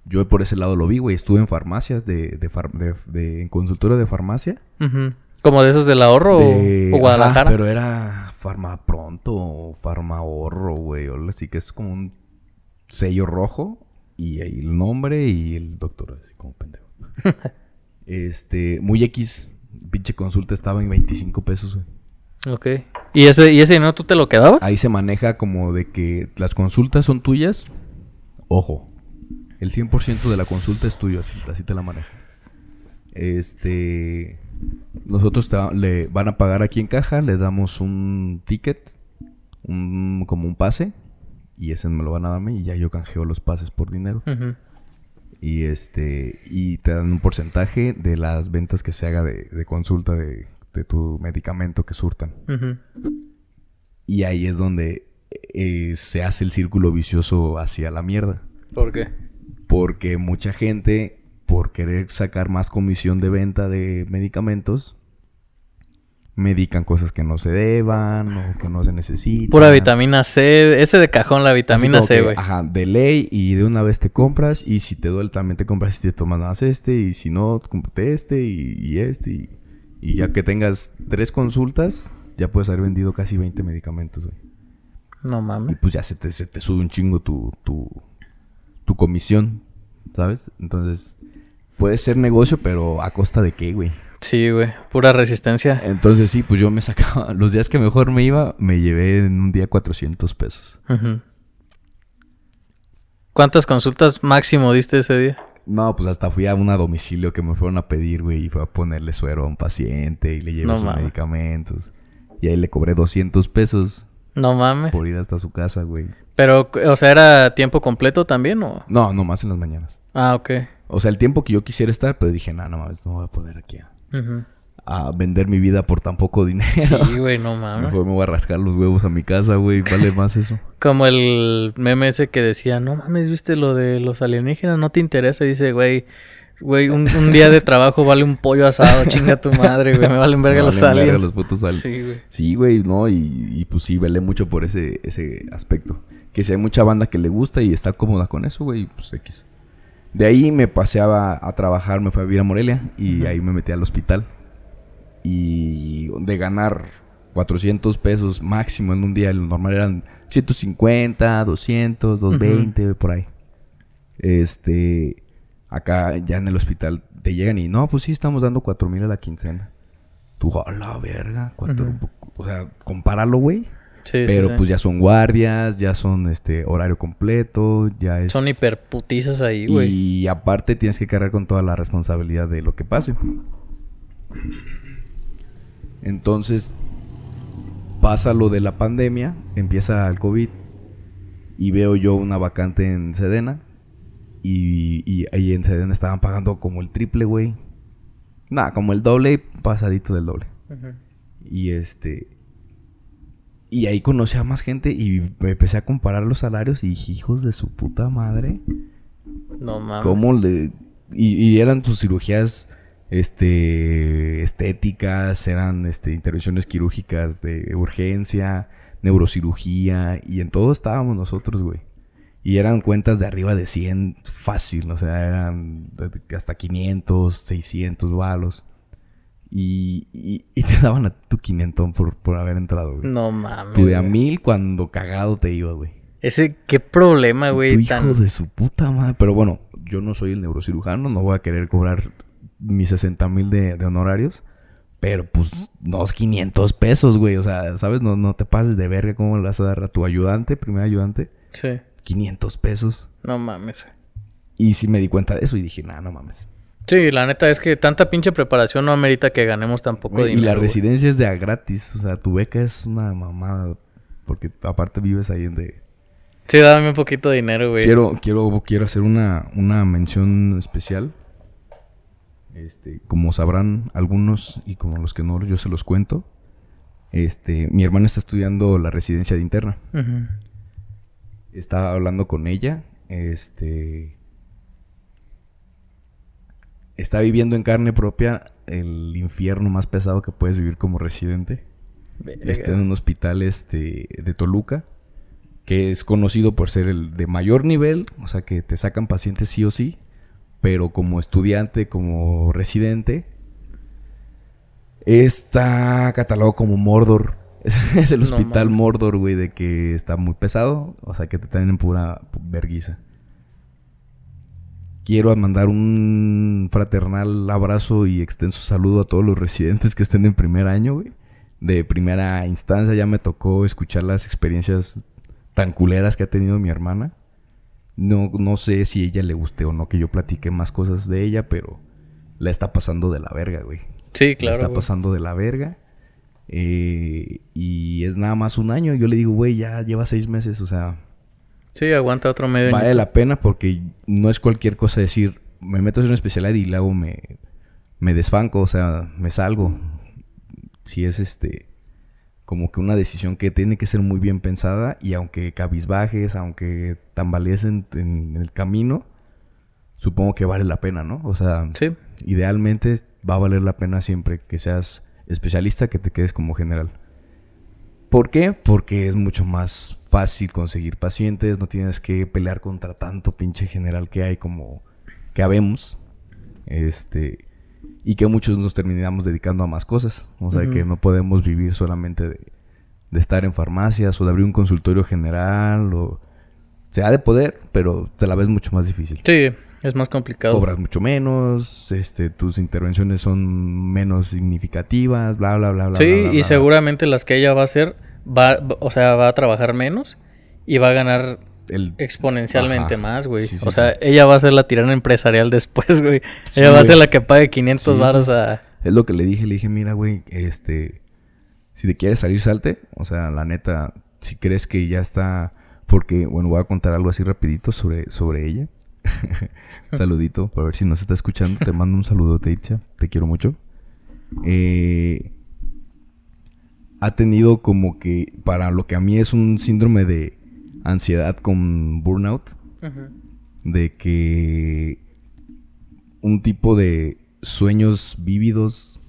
A: Yo por ese lado lo vi, güey. Estuve en farmacias, de, de far- de- de- en consultorio de farmacia.
B: Ujú. ¿Como de esos del ahorro o-
A: de-
B: o,
A: ajá,
B: Guadalajara?
A: pero era Farmapronto o Farmahorro, güey. o algo Así que es como un sello rojo y ahí el nombre y el doctor, así como pendejo. este, muy X. Pinche consulta estaba en 25 pesos, güey.
B: Ok. ¿Y ese, ¿Y ese dinero tú te lo quedabas?
A: Ahí se maneja como de que las consultas son tuyas. Ojo, el 100% de la consulta es tuyo, así, así te la maneja. Este. Nosotros te va- le van a pagar aquí en caja, le damos un ticket, un, como un pase, y ese me lo van a darme y ya yo canjeo los pases por dinero.
B: Ujú.
A: Y este y te dan un porcentaje de las ventas que se haga de, de consulta de, de tu medicamento que surtan.
B: Ujú.
A: Y ahí es donde eh, se hace el círculo vicioso hacia la mierda.
B: ¿Por qué?
A: Porque mucha gente, por querer sacar más comisión de venta de medicamentos, medican cosas que no se deban o que no se necesitan.
B: Pura vitamina C. Ese de cajón, la
A: Así
B: vitamina
A: como
B: C,
A: que,
B: güey.
A: Ajá, de ley y de una vez te compras y si te duele también te compras y te tomas nada más este y si no, cómprate este y, y este y, y ya que tengas tres consultas, ya puedes haber vendido casi 20 medicamentos, güey.
B: No
A: Y
B: mames.
A: pues ya se te, se te sube un chingo tu, tu, tu comisión, ¿sabes? Entonces, puede ser negocio, pero ¿a costa de qué, güey?
B: Sí, güey. Pura resistencia.
A: Entonces sí, pues yo me sacaba, los días que mejor me iba, me llevé en un día 400 pesos.
B: Ujú. ¿Cuántas consultas máximo diste ese día?
A: No, pues hasta fui a un domicilio que me fueron a pedir, güey, y fue a ponerle suero a un paciente y le llevé
B: No
A: sus
B: mames.
A: medicamentos. Y ahí le cobré 200 pesos
B: No mames.
A: por ir hasta su casa, güey.
B: Pero, o sea, ¿era tiempo completo también o...?
A: No, nomás en las mañanas.
B: Ah, ok.
A: O sea, el tiempo que yo quisiera estar, pero dije, no, no mames, no voy a poner aquí a,
B: Ujú.
A: a vender mi vida por tan poco dinero.
B: Sí, güey, no mames.
A: Mejor me voy a rascar los huevos a mi casa, güey. Vale más eso.
B: Como el meme ese que decía, no mames, viste lo de los alienígenas, no te interesa. Y dice, güey, güey, un, un día de trabajo vale un pollo asado, chinga tu madre, güey. Me valen verga
A: Me
B: los
A: valen verga
B: aliens.
A: los putos aliens.
B: Sí, güey.
A: Sí, güey, no, y, y pues sí, velé mucho por ese, ese aspecto. Que si hay mucha banda que le gusta y está cómoda con eso, güey, pues X. De ahí me paseaba a trabajar, me fui a vivir a Morelia y
B: Ujú.
A: ahí me metí al hospital. Y de ganar 400 pesos máximo en un día, lo normal eran 150, 200, 220, por ahí. Este, acá ya en el hospital te llegan y no, pues sí, estamos dando 4 mil a la quincena. Tú, a la verga, cuatro,
B: Ujú.
A: o sea, compáralo, güey.
B: Sí, sí,
A: Pero
B: sí.
A: pues ya son guardias, ya son este horario completo, ya es...
B: Son hiperputizas ahí, güey.
A: Y aparte tienes que cargar con toda la responsabilidad de lo que pase. Entonces, pasa lo de la pandemia, empieza el COVID y veo yo una vacante en Sedena. Y, y ahí en Sedena estaban pagando como el triple, güey. Nada, como el doble, pasadito del doble.
B: Ujú.
A: Y este. Y ahí conocí a más gente y me empecé a comparar los salarios y dije, hijos de su puta madre.
B: No mames.
A: ¿Cómo le.? Y, y eran tus cirugías este, estéticas, eran este, intervenciones quirúrgicas de urgencia, neurocirugía, y en todo estábamos nosotros, güey. Y eran cuentas de arriba de 100 fácil, o sea, eran de- hasta 500, 600 balos. Y, y- y te daban a ti tu 500 por, por haber entrado, güey.
B: No mames.
A: tu de a
B: güey.
A: mil cuando cagado te iba, güey.
B: Ese, qué problema,
A: Tu
B: Ah, güey.
A: hijo
B: Tan...
A: de su puta madre. Pero bueno, yo no soy el neurocirujano, no voy a querer cobrar mis 60 mil de, de honorarios. Pero pues, unos 500 pesos, güey. O sea, ¿sabes? No, no te pases de verga cómo le vas a dar a tu ayudante, primer ayudante.
B: Sí.
A: 500 pesos.
B: No mames. güey.
A: Y sí me di cuenta de eso y dije, nah, no mames.
B: Sí, la neta es que tanta pinche preparación no amerita que ganemos tampoco
A: Güey,
B: dinero.
A: y la
B: güey.
A: residencia es de a gratis. O sea, tu beca es una mamada. Porque aparte vives ahí en de...
B: Sí, dame un poquito de dinero, güey.
A: Quiero, quiero, quiero hacer una, una mención especial. Este, como sabrán algunos y como los que no, yo se los cuento. Este, mi hermana está estudiando la residencia de interna.
B: Ujú.
A: Estaba hablando con ella. Este. Está viviendo en carne propia el infierno más pesado que puedes vivir como residente
B: Verga.
A: está en un hospital este, de Toluca, que es conocido por ser el de mayor nivel, o sea que te sacan pacientes sí o sí, pero como estudiante, como residente, está catalogado como Mordor. Es, el
B: No
A: hospital
B: mames.
A: Mordor, güey, de que está muy pesado, o sea que te traen en pura verguiza. Quiero mandar un fraternal abrazo y extenso saludo a todos los residentes que estén en primer año, güey. De primera instancia ya me tocó escuchar las experiencias tan culeras que ha tenido mi hermana. No, no sé si ella le guste o no que yo platique más cosas de ella, pero la está pasando de la verga, güey.
B: Sí, claro.
A: la está
B: güey.
A: pasando de la verga. Eh, y es nada más un año. Yo le digo, güey, ya lleva seis meses, o sea,
B: Sí, aguanta otro medio.
A: vale
B: año.
A: la pena porque no es cualquier cosa decir, me meto en una especialidad y luego me, me desfanco, o sea, me salgo. Si es este, como que una decisión que tiene que ser muy bien pensada y aunque cabizbajes, aunque tambalees en, en el camino, supongo que vale la pena, ¿no? O sea,
B: Sí,
A: idealmente va a valer la pena siempre que seas especialista que te quedes como general. ¿Por qué? Porque es mucho más fácil conseguir pacientes, no tienes que pelear contra tanto pinche general que hay como que habemos. Este y que muchos nos terminamos dedicando a más cosas, o sea,
B: Ujú.
A: que no podemos vivir solamente de, de estar en farmacias o de abrir un consultorio general o se ha de poder, pero te la ves mucho más difícil
B: sí, es más complicado.
A: cobras mucho menos, este, tus intervenciones son menos significativas, bla, bla, bla, bla.
B: sí,
A: bla, bla,
B: y
A: bla.
B: seguramente las que ella va a hacer, va, va- o sea, va a trabajar menos y va a ganar
A: El-
B: exponencialmente
A: Ajá.
B: más, güey.
A: Sí, sí,
B: o
A: sí.
B: sea, ella va a ser la tirana empresarial después, güey.
A: Sí,
B: ella va a ser
A: güey.
B: la que pague 500
A: Sí.
B: varos a...
A: es lo que le dije, le dije, mira, güey, este, si te quieres salir, salte. O sea, la neta, si crees que ya está, porque, bueno, voy a contar algo así rapidito sobre, sobre ella. Un saludito, para ver si nos está escuchando. Te mando un saludo, Itzia. Te quiero mucho. eh, ha tenido como que, para lo que a mí es un síndrome de ansiedad con burnout,
B: Ujú.
A: de que un tipo de sueños vívidos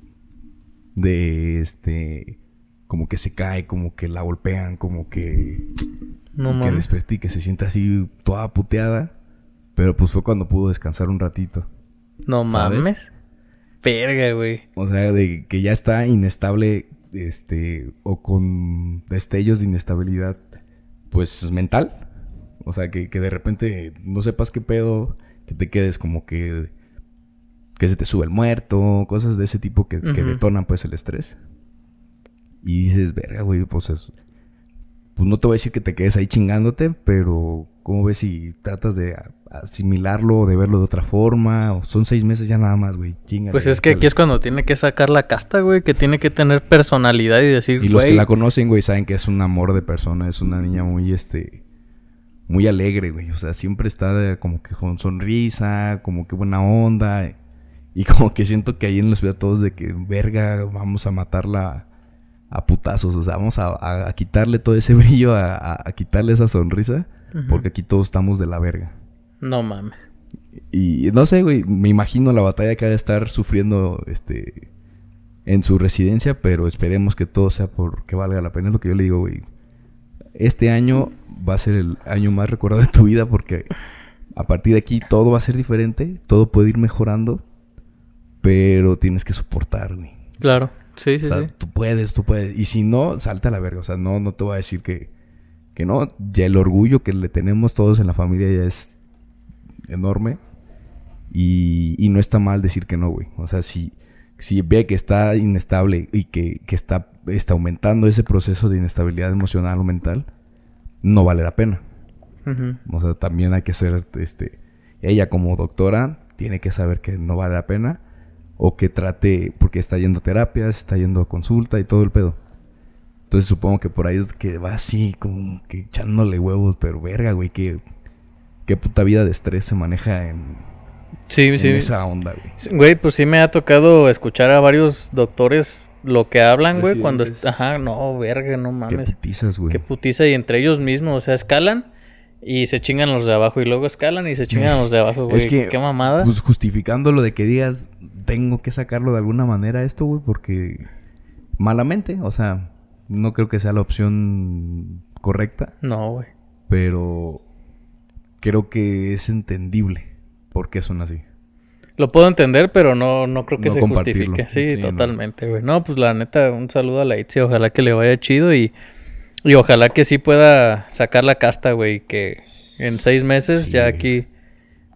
A: de este como que se cae, como que la golpean, como que
B: No
A: y que
B: mames.
A: desperté y que se sienta así toda puteada, pero pues fue cuando pudo descansar un ratito.
B: No
A: ¿sabes?
B: mames. Verga, güey.
A: O sea, de que ya está inestable este o con destellos de inestabilidad pues mental. O sea, que, que de repente no sepas qué pedo, que te quedes como que que se te sube el muerto, cosas de ese tipo que, que
B: Ujú.
A: detonan pues el estrés. Y dices, verga, güey, pues es- Pues no te voy a decir que te quedes ahí chingándote, pero ¿cómo ves si tratas de a- asimilarlo o de verlo de otra forma? O son seis meses ya nada más, güey. Chingale,
B: Pues es que aquí
A: échale.
B: es cuando tiene que sacar la casta, güey. Que tiene que tener personalidad y decir,
A: Y los que
B: "Güey,
A: la conocen, güey, saben que es un amor de persona, es una niña muy, este, muy alegre, güey. O sea, siempre está de- como que con sonrisa, como que buena onda. Y como que siento que ahí en la ciudad todos de que, verga, vamos a matarla a putazos. O sea, vamos a, a- a quitarle todo ese brillo, a, a- a quitarle esa sonrisa.
B: Ujú.
A: Porque aquí todos estamos de la verga.
B: No mames.
A: Y no sé, güey, me imagino la batalla que ha de estar sufriendo este en su residencia, pero esperemos que todo sea porque valga la pena. Es lo que yo le digo, güey. Este año va a ser el año más recordado de tu vida porque a partir de aquí todo va a ser diferente, todo puede ir mejorando, pero tienes que soportar, güey.
B: Claro. Sí, sí,
A: O sea,
B: sí.
A: tú puedes, tú puedes. Y si no, salta a la verga. O sea, no, no te voy a decir que, que no. Ya el orgullo que le tenemos todos en la familia ya es enorme. Y, y no está mal decir que no, güey. O sea, si, si ve que está inestable y que, que está, está aumentando ese proceso de inestabilidad emocional o mental, no vale la pena.
B: Ujú.
A: O sea, también hay que ser, este, ella como doctora tiene que saber que no vale la pena o que trate, porque está yendo a terapias, está yendo a consulta y todo el pedo. Entonces supongo que por ahí es que va así, como que echándole huevos, pero verga, güey, que qué puta vida de estrés se maneja en,
B: Sí,
A: en
B: sí.
A: esa onda, güey.
B: Sí, Güey, pues sí me ha tocado escuchar a varios doctores lo que hablan, güey, cuando... est-
A: Residentes.
B: Ajá, no, verga, no
A: Qué
B: mames.
A: putizas, güey.
B: Qué putiza y entre ellos mismos, o sea, escalan y se chingan los de abajo y luego escalan y se chingan los de abajo, güey.
A: Es que,
B: Qué mamada.
A: Pues justificando lo de que digas, tengo que sacarlo de alguna manera esto, güey, porque malamente, o sea, no creo que sea la opción correcta,
B: No, güey.
A: pero creo que es entendible por qué son así.
B: Lo puedo entender, pero no, no creo que
A: No
B: se
A: compartirlo.
B: justifique. Sí,
A: Sí, no.
B: totalmente, güey. No, pues la neta, un saludo a la Itzi. Ojalá que le vaya chido y, y ojalá que sí pueda sacar la casta, güey. Que en seis meses
A: Sí.
B: ya aquí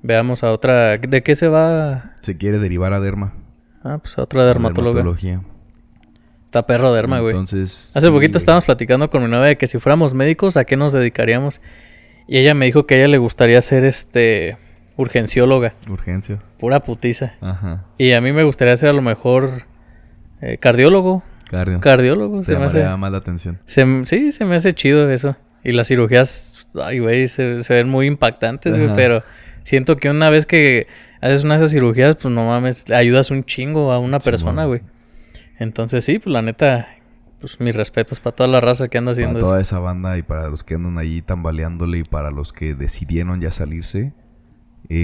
B: veamos a otra. ¿De qué se va?
A: Se quiere derivar a derma.
B: Ah, pues a otra dermatóloga.
A: Dermatología.
B: Está perro derma, güey.
A: Entonces.
B: Hace
A: sí,
B: poquito
A: güey.
B: estábamos platicando con mi novia de que si fuéramos médicos, ¿a qué nos dedicaríamos? Y ella me dijo que a ella le gustaría ser este urgencióloga,
A: Urgencia.
B: pura putiza.
A: Ajá.
B: Y a mí me gustaría ser a lo mejor eh, cardiólogo.
A: Cardio.
B: Cardiólogo,
A: Te
B: se me
A: llamaría
B: hace.
A: más la atención.
B: se m- sí, se me hace chido eso. Y las cirugías, ay, güey, se, se ven muy impactantes, güey,
A: Ajá.
B: pero siento que una vez que haces una de esas cirugías, pues no mames, ayudas un chingo a una
A: Simón.
B: persona, güey. Entonces, sí, pues la neta, pues mis respetos para toda la raza que anda haciendo
A: Para
B: eso.
A: toda esa banda y para los que andan ahí tambaleándole y para los que decidieron ya salirse,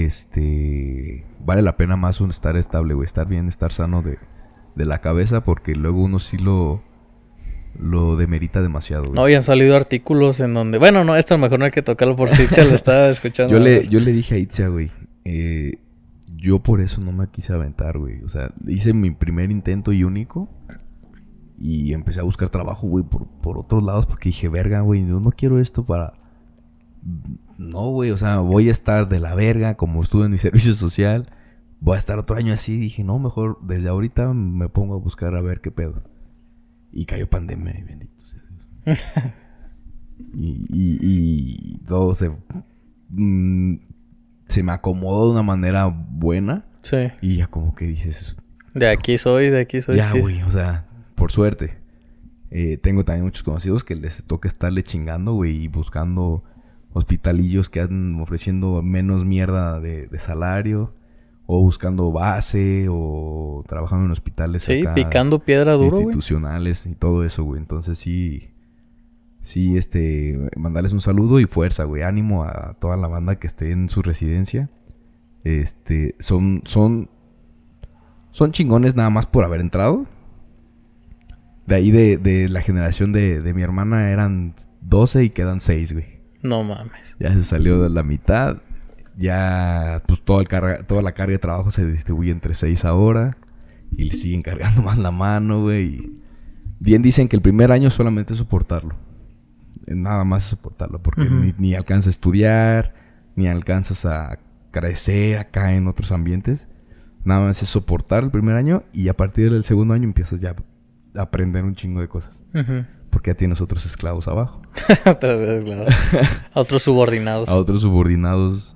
A: este vale la pena más un estar estable, güey, estar bien, estar sano de, de la cabeza, porque luego uno sí lo, lo demerita demasiado, güey.
B: No, y han salido artículos en donde. Bueno, no, esto a lo mejor no hay que tocarlo por si se lo estaba escuchando.
A: yo, le, yo le dije a Itzia, güey, eh, yo por eso no me quise aventar, güey. O sea, hice mi primer intento y único. Y empecé a buscar trabajo, güey, por, por otros lados. Porque dije, verga, güey, yo no quiero esto para... No, güey, o sea, voy a estar de la verga como estuve en mi servicio social. Voy a estar otro año así. Dije, no, mejor desde ahorita me pongo a buscar a ver qué pedo. Y cayó pandemia, y bendito sea Dios. y, y, y todo se... mm, se me acomodó de una manera buena.
B: Sí.
A: Y ya como que dices,
B: De aquí soy, de aquí soy.
A: ya,
B: sí.
A: güey, o sea, por suerte. Eh, tengo también muchos conocidos que les toca estarle chingando, güey, y buscando hospitalillos que andan ofreciendo menos mierda de, de salario. o buscando base o trabajando en hospitales
B: Sí,
A: acá
B: picando piedra duro, güey.
A: institucionales y todo eso, güey. Entonces sí, sí, este, mandarles un saludo y fuerza, güey. Ánimo a toda la banda que esté en su residencia. Este, son, son, son chingones nada más por haber entrado. De ahí de, de la generación de, de mi hermana eran 12 y quedan 6, güey.
B: No mames.
A: Ya se salió de la mitad. Ya, pues todo el carga- toda la carga de trabajo se distribuye entre seis ahora. Y le siguen cargando más la mano, güey. Bien dicen que el primer año solamente es soportarlo. Eh, Nada más es soportarlo. Porque
B: Ujú.
A: ni, ni alcanzas a estudiar, ni alcanzas a crecer acá en otros ambientes. Nada más es soportar el primer año y a partir del segundo año empiezas ya a aprender un chingo de cosas.
B: Ujú.
A: Porque ya tienes otros esclavos abajo.
B: Otras veces, claro. A otros subordinados.
A: A otros subordinados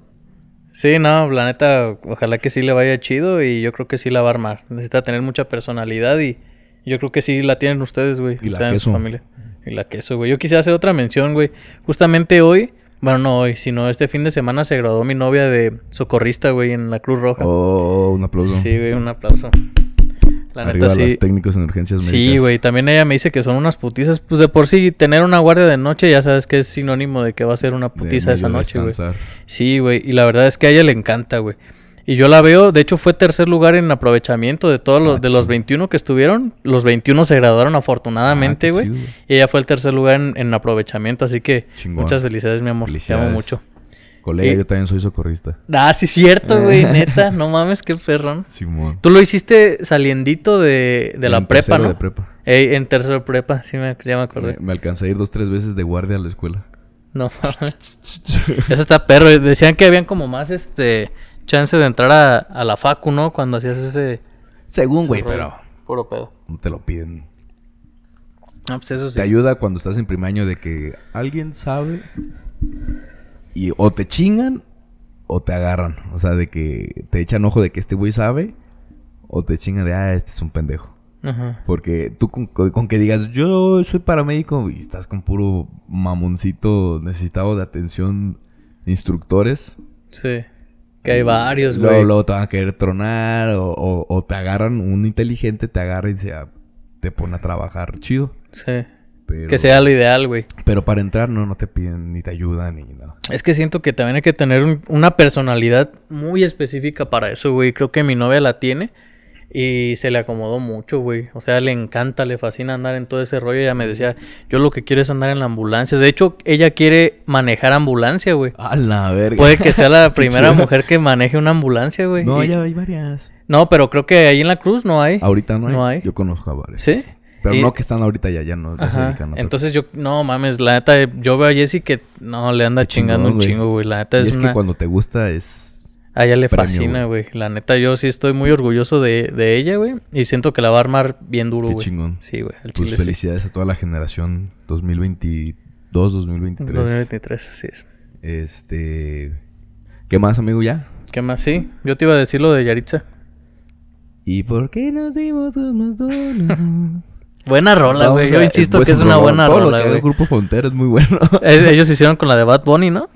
B: Sí, no, la neta, ojalá que sí le vaya chido y yo creo que sí la va a armar. Necesita tener mucha personalidad y yo creo que sí la tienen ustedes, güey.
A: Y la
B: ustedes en su
A: queso.
B: familia. Y la queso, güey. Yo quisiera hacer otra mención, güey. Justamente hoy, bueno, no hoy, sino este fin de semana se graduó mi novia de socorrista, güey, en la Cruz Roja.
A: Oh, un aplauso.
B: sí, güey, un aplauso. La
A: Arriba
B: neta,
A: los
B: sí.
A: técnicos en urgencias médicas.
B: Sí, güey, también ella me dice que son unas putizas. Pues de por sí, tener una guardia de noche ya sabes que es sinónimo de que va a ser una
A: De
B: putiza esa
A: medio
B: noche, güey.
A: descansar.
B: Sí, güey, y la verdad es que a ella le encanta, güey. Y yo la veo, de hecho fue tercer lugar en aprovechamiento de todos los,
A: Ah,
B: de los
A: chido.
B: 21 que estuvieron. Los 21 se graduaron
A: Ah,
B: afortunadamente,
A: qué
B: güey.
A: chido,
B: y ella fue el tercer lugar en, en aprovechamiento, así que
A: Chingón.
B: muchas felicidades, mi amor. Te
A: Felicidades.
B: amo mucho.
A: Colega,
B: Eh.
A: yo también soy socorrista.
B: Ah, sí, cierto, güey, neta, no mames, qué perrón.
A: Simón.
B: Tú lo hiciste saliendito de, de la
A: En
B: prepa,
A: tercero
B: ¿no?
A: de prepa. Eh,
B: Ey, en tercero de prepa, sí, me, ya me acordé.
A: Me, me alcancé a ir dos, tres veces de guardia a la escuela.
B: No mames. Eso está perro. Decían que habían como más este chance de entrar a, a la facu, ¿no? Cuando hacías ese.
A: Según,
B: ese
A: güey,
B: rollo.
A: pero
B: Puro pedo.
A: no te lo piden.
B: Ah, pues eso sí.
A: Te ayuda cuando estás en primer año de que alguien sabe y o te chingan o te agarran. O sea, de que te echan ojo de que este güey sabe o te chingan de, ah, este es un pendejo.
B: Ajá.
A: Porque tú con, con- con que digas, yo soy paramédico y estás con puro mamoncito necesitado de atención de instructores.
B: Sí. Que hay varios,
A: Luego-
B: güey.
A: Luego te van a querer tronar o, o- o te agarran, un inteligente te agarra y se, a- te pone a trabajar chido.
B: Sí.
A: Pero,
B: Que sea lo ideal, güey.
A: pero para entrar no, no te piden ni te ayudan ni nada.
B: Es que siento que también hay que tener un- una personalidad muy específica para eso, güey. Creo que mi novia la tiene y se le acomodó mucho, güey. O sea, le encanta, le fascina andar en todo ese rollo. Ella me decía, yo lo que quiero es andar en la ambulancia. De hecho, ella quiere manejar ambulancia, güey.
A: A la verga.
B: Puede que sea la
A: Qué
B: primera
A: chido.
B: mujer que maneje una ambulancia, güey.
A: No,
B: Y-
A: ya hay varias.
B: No, pero creo que ahí en la cruz no hay.
A: Ahorita no hay.
B: No hay.
A: Yo conozco a varias.
B: ¿Sí?
A: Pero
B: Y-
A: no que están ahorita ya, ya no. ya se
B: Ajá.
A: dedican a otra
B: Entonces yo, no mames, la neta, yo veo a Jessy que no le anda
A: Qué
B: chingando
A: chingón,
B: un
A: güey.
B: chingo, güey. La
A: cosa.
B: neta es,
A: Y es
B: una.
A: que cuando te gusta es
B: A ella le
A: premio,
B: fascina, güey. La neta, yo sí estoy muy orgulloso de, de ella, güey. Y siento que la va a armar bien duro,
A: Qué
B: güey.
A: chingón.
B: Sí, güey. El
A: Pues
B: chile. sí.
A: felicidades a toda la generación 2022, 2023.
B: 2023, así es.
A: Este. ¿Qué más, amigo? Ya.
B: ¿Qué más? Sí, yo te iba a decir lo de Yaritza.
A: ¿Y por qué nos dimos unos donos?
B: Buena rola,
A: Vamos
B: güey.
A: a-
B: Yo insisto que es
A: un
B: una
A: rolón.
B: buena
A: Todo lo
B: rola,
A: que haga
B: güey.
A: el grupo Frontera es muy bueno.
B: Eh, Ellos hicieron con la de Bad Bunny, ¿no?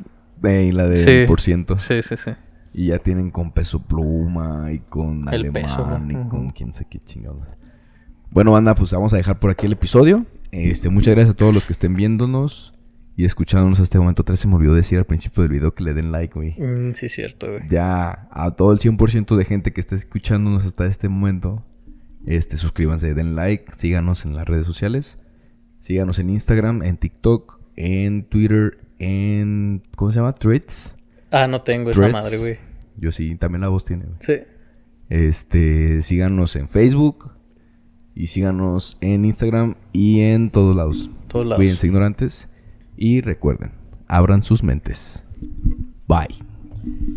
A: Eh, y la de
B: Sí.
A: por ciento.
B: Sí, sí, sí.
A: Y ya tienen con peso pluma y con
B: El
A: alemán
B: Peso, ¿no?
A: y con
B: Ujú.
A: quién sé qué chingados. Bueno, banda, pues vamos a dejar por aquí el episodio. Este, muchas gracias a todos los que estén viéndonos y escuchándonos hasta este momento. Tres se me olvidó decir al principio del video que le den like, güey.
B: Mm, sí, cierto, güey.
A: ya a todo el 100% de gente que está escuchándonos hasta este momento, este, suscríbanse, den like, síganos en las redes sociales, síganos en Instagram, en TikTok, en Twitter, en... ¿Cómo se llama? Threads.
B: Ah, no tengo esa
A: Threads.
B: madre, güey.
A: Yo sí, también la voz tiene. güey.
B: Sí.
A: Este, síganos en Facebook y síganos en Instagram y en todos lados.
B: Todos lados.
A: Cuídense ignorantes y recuerden, abran sus mentes. Bye.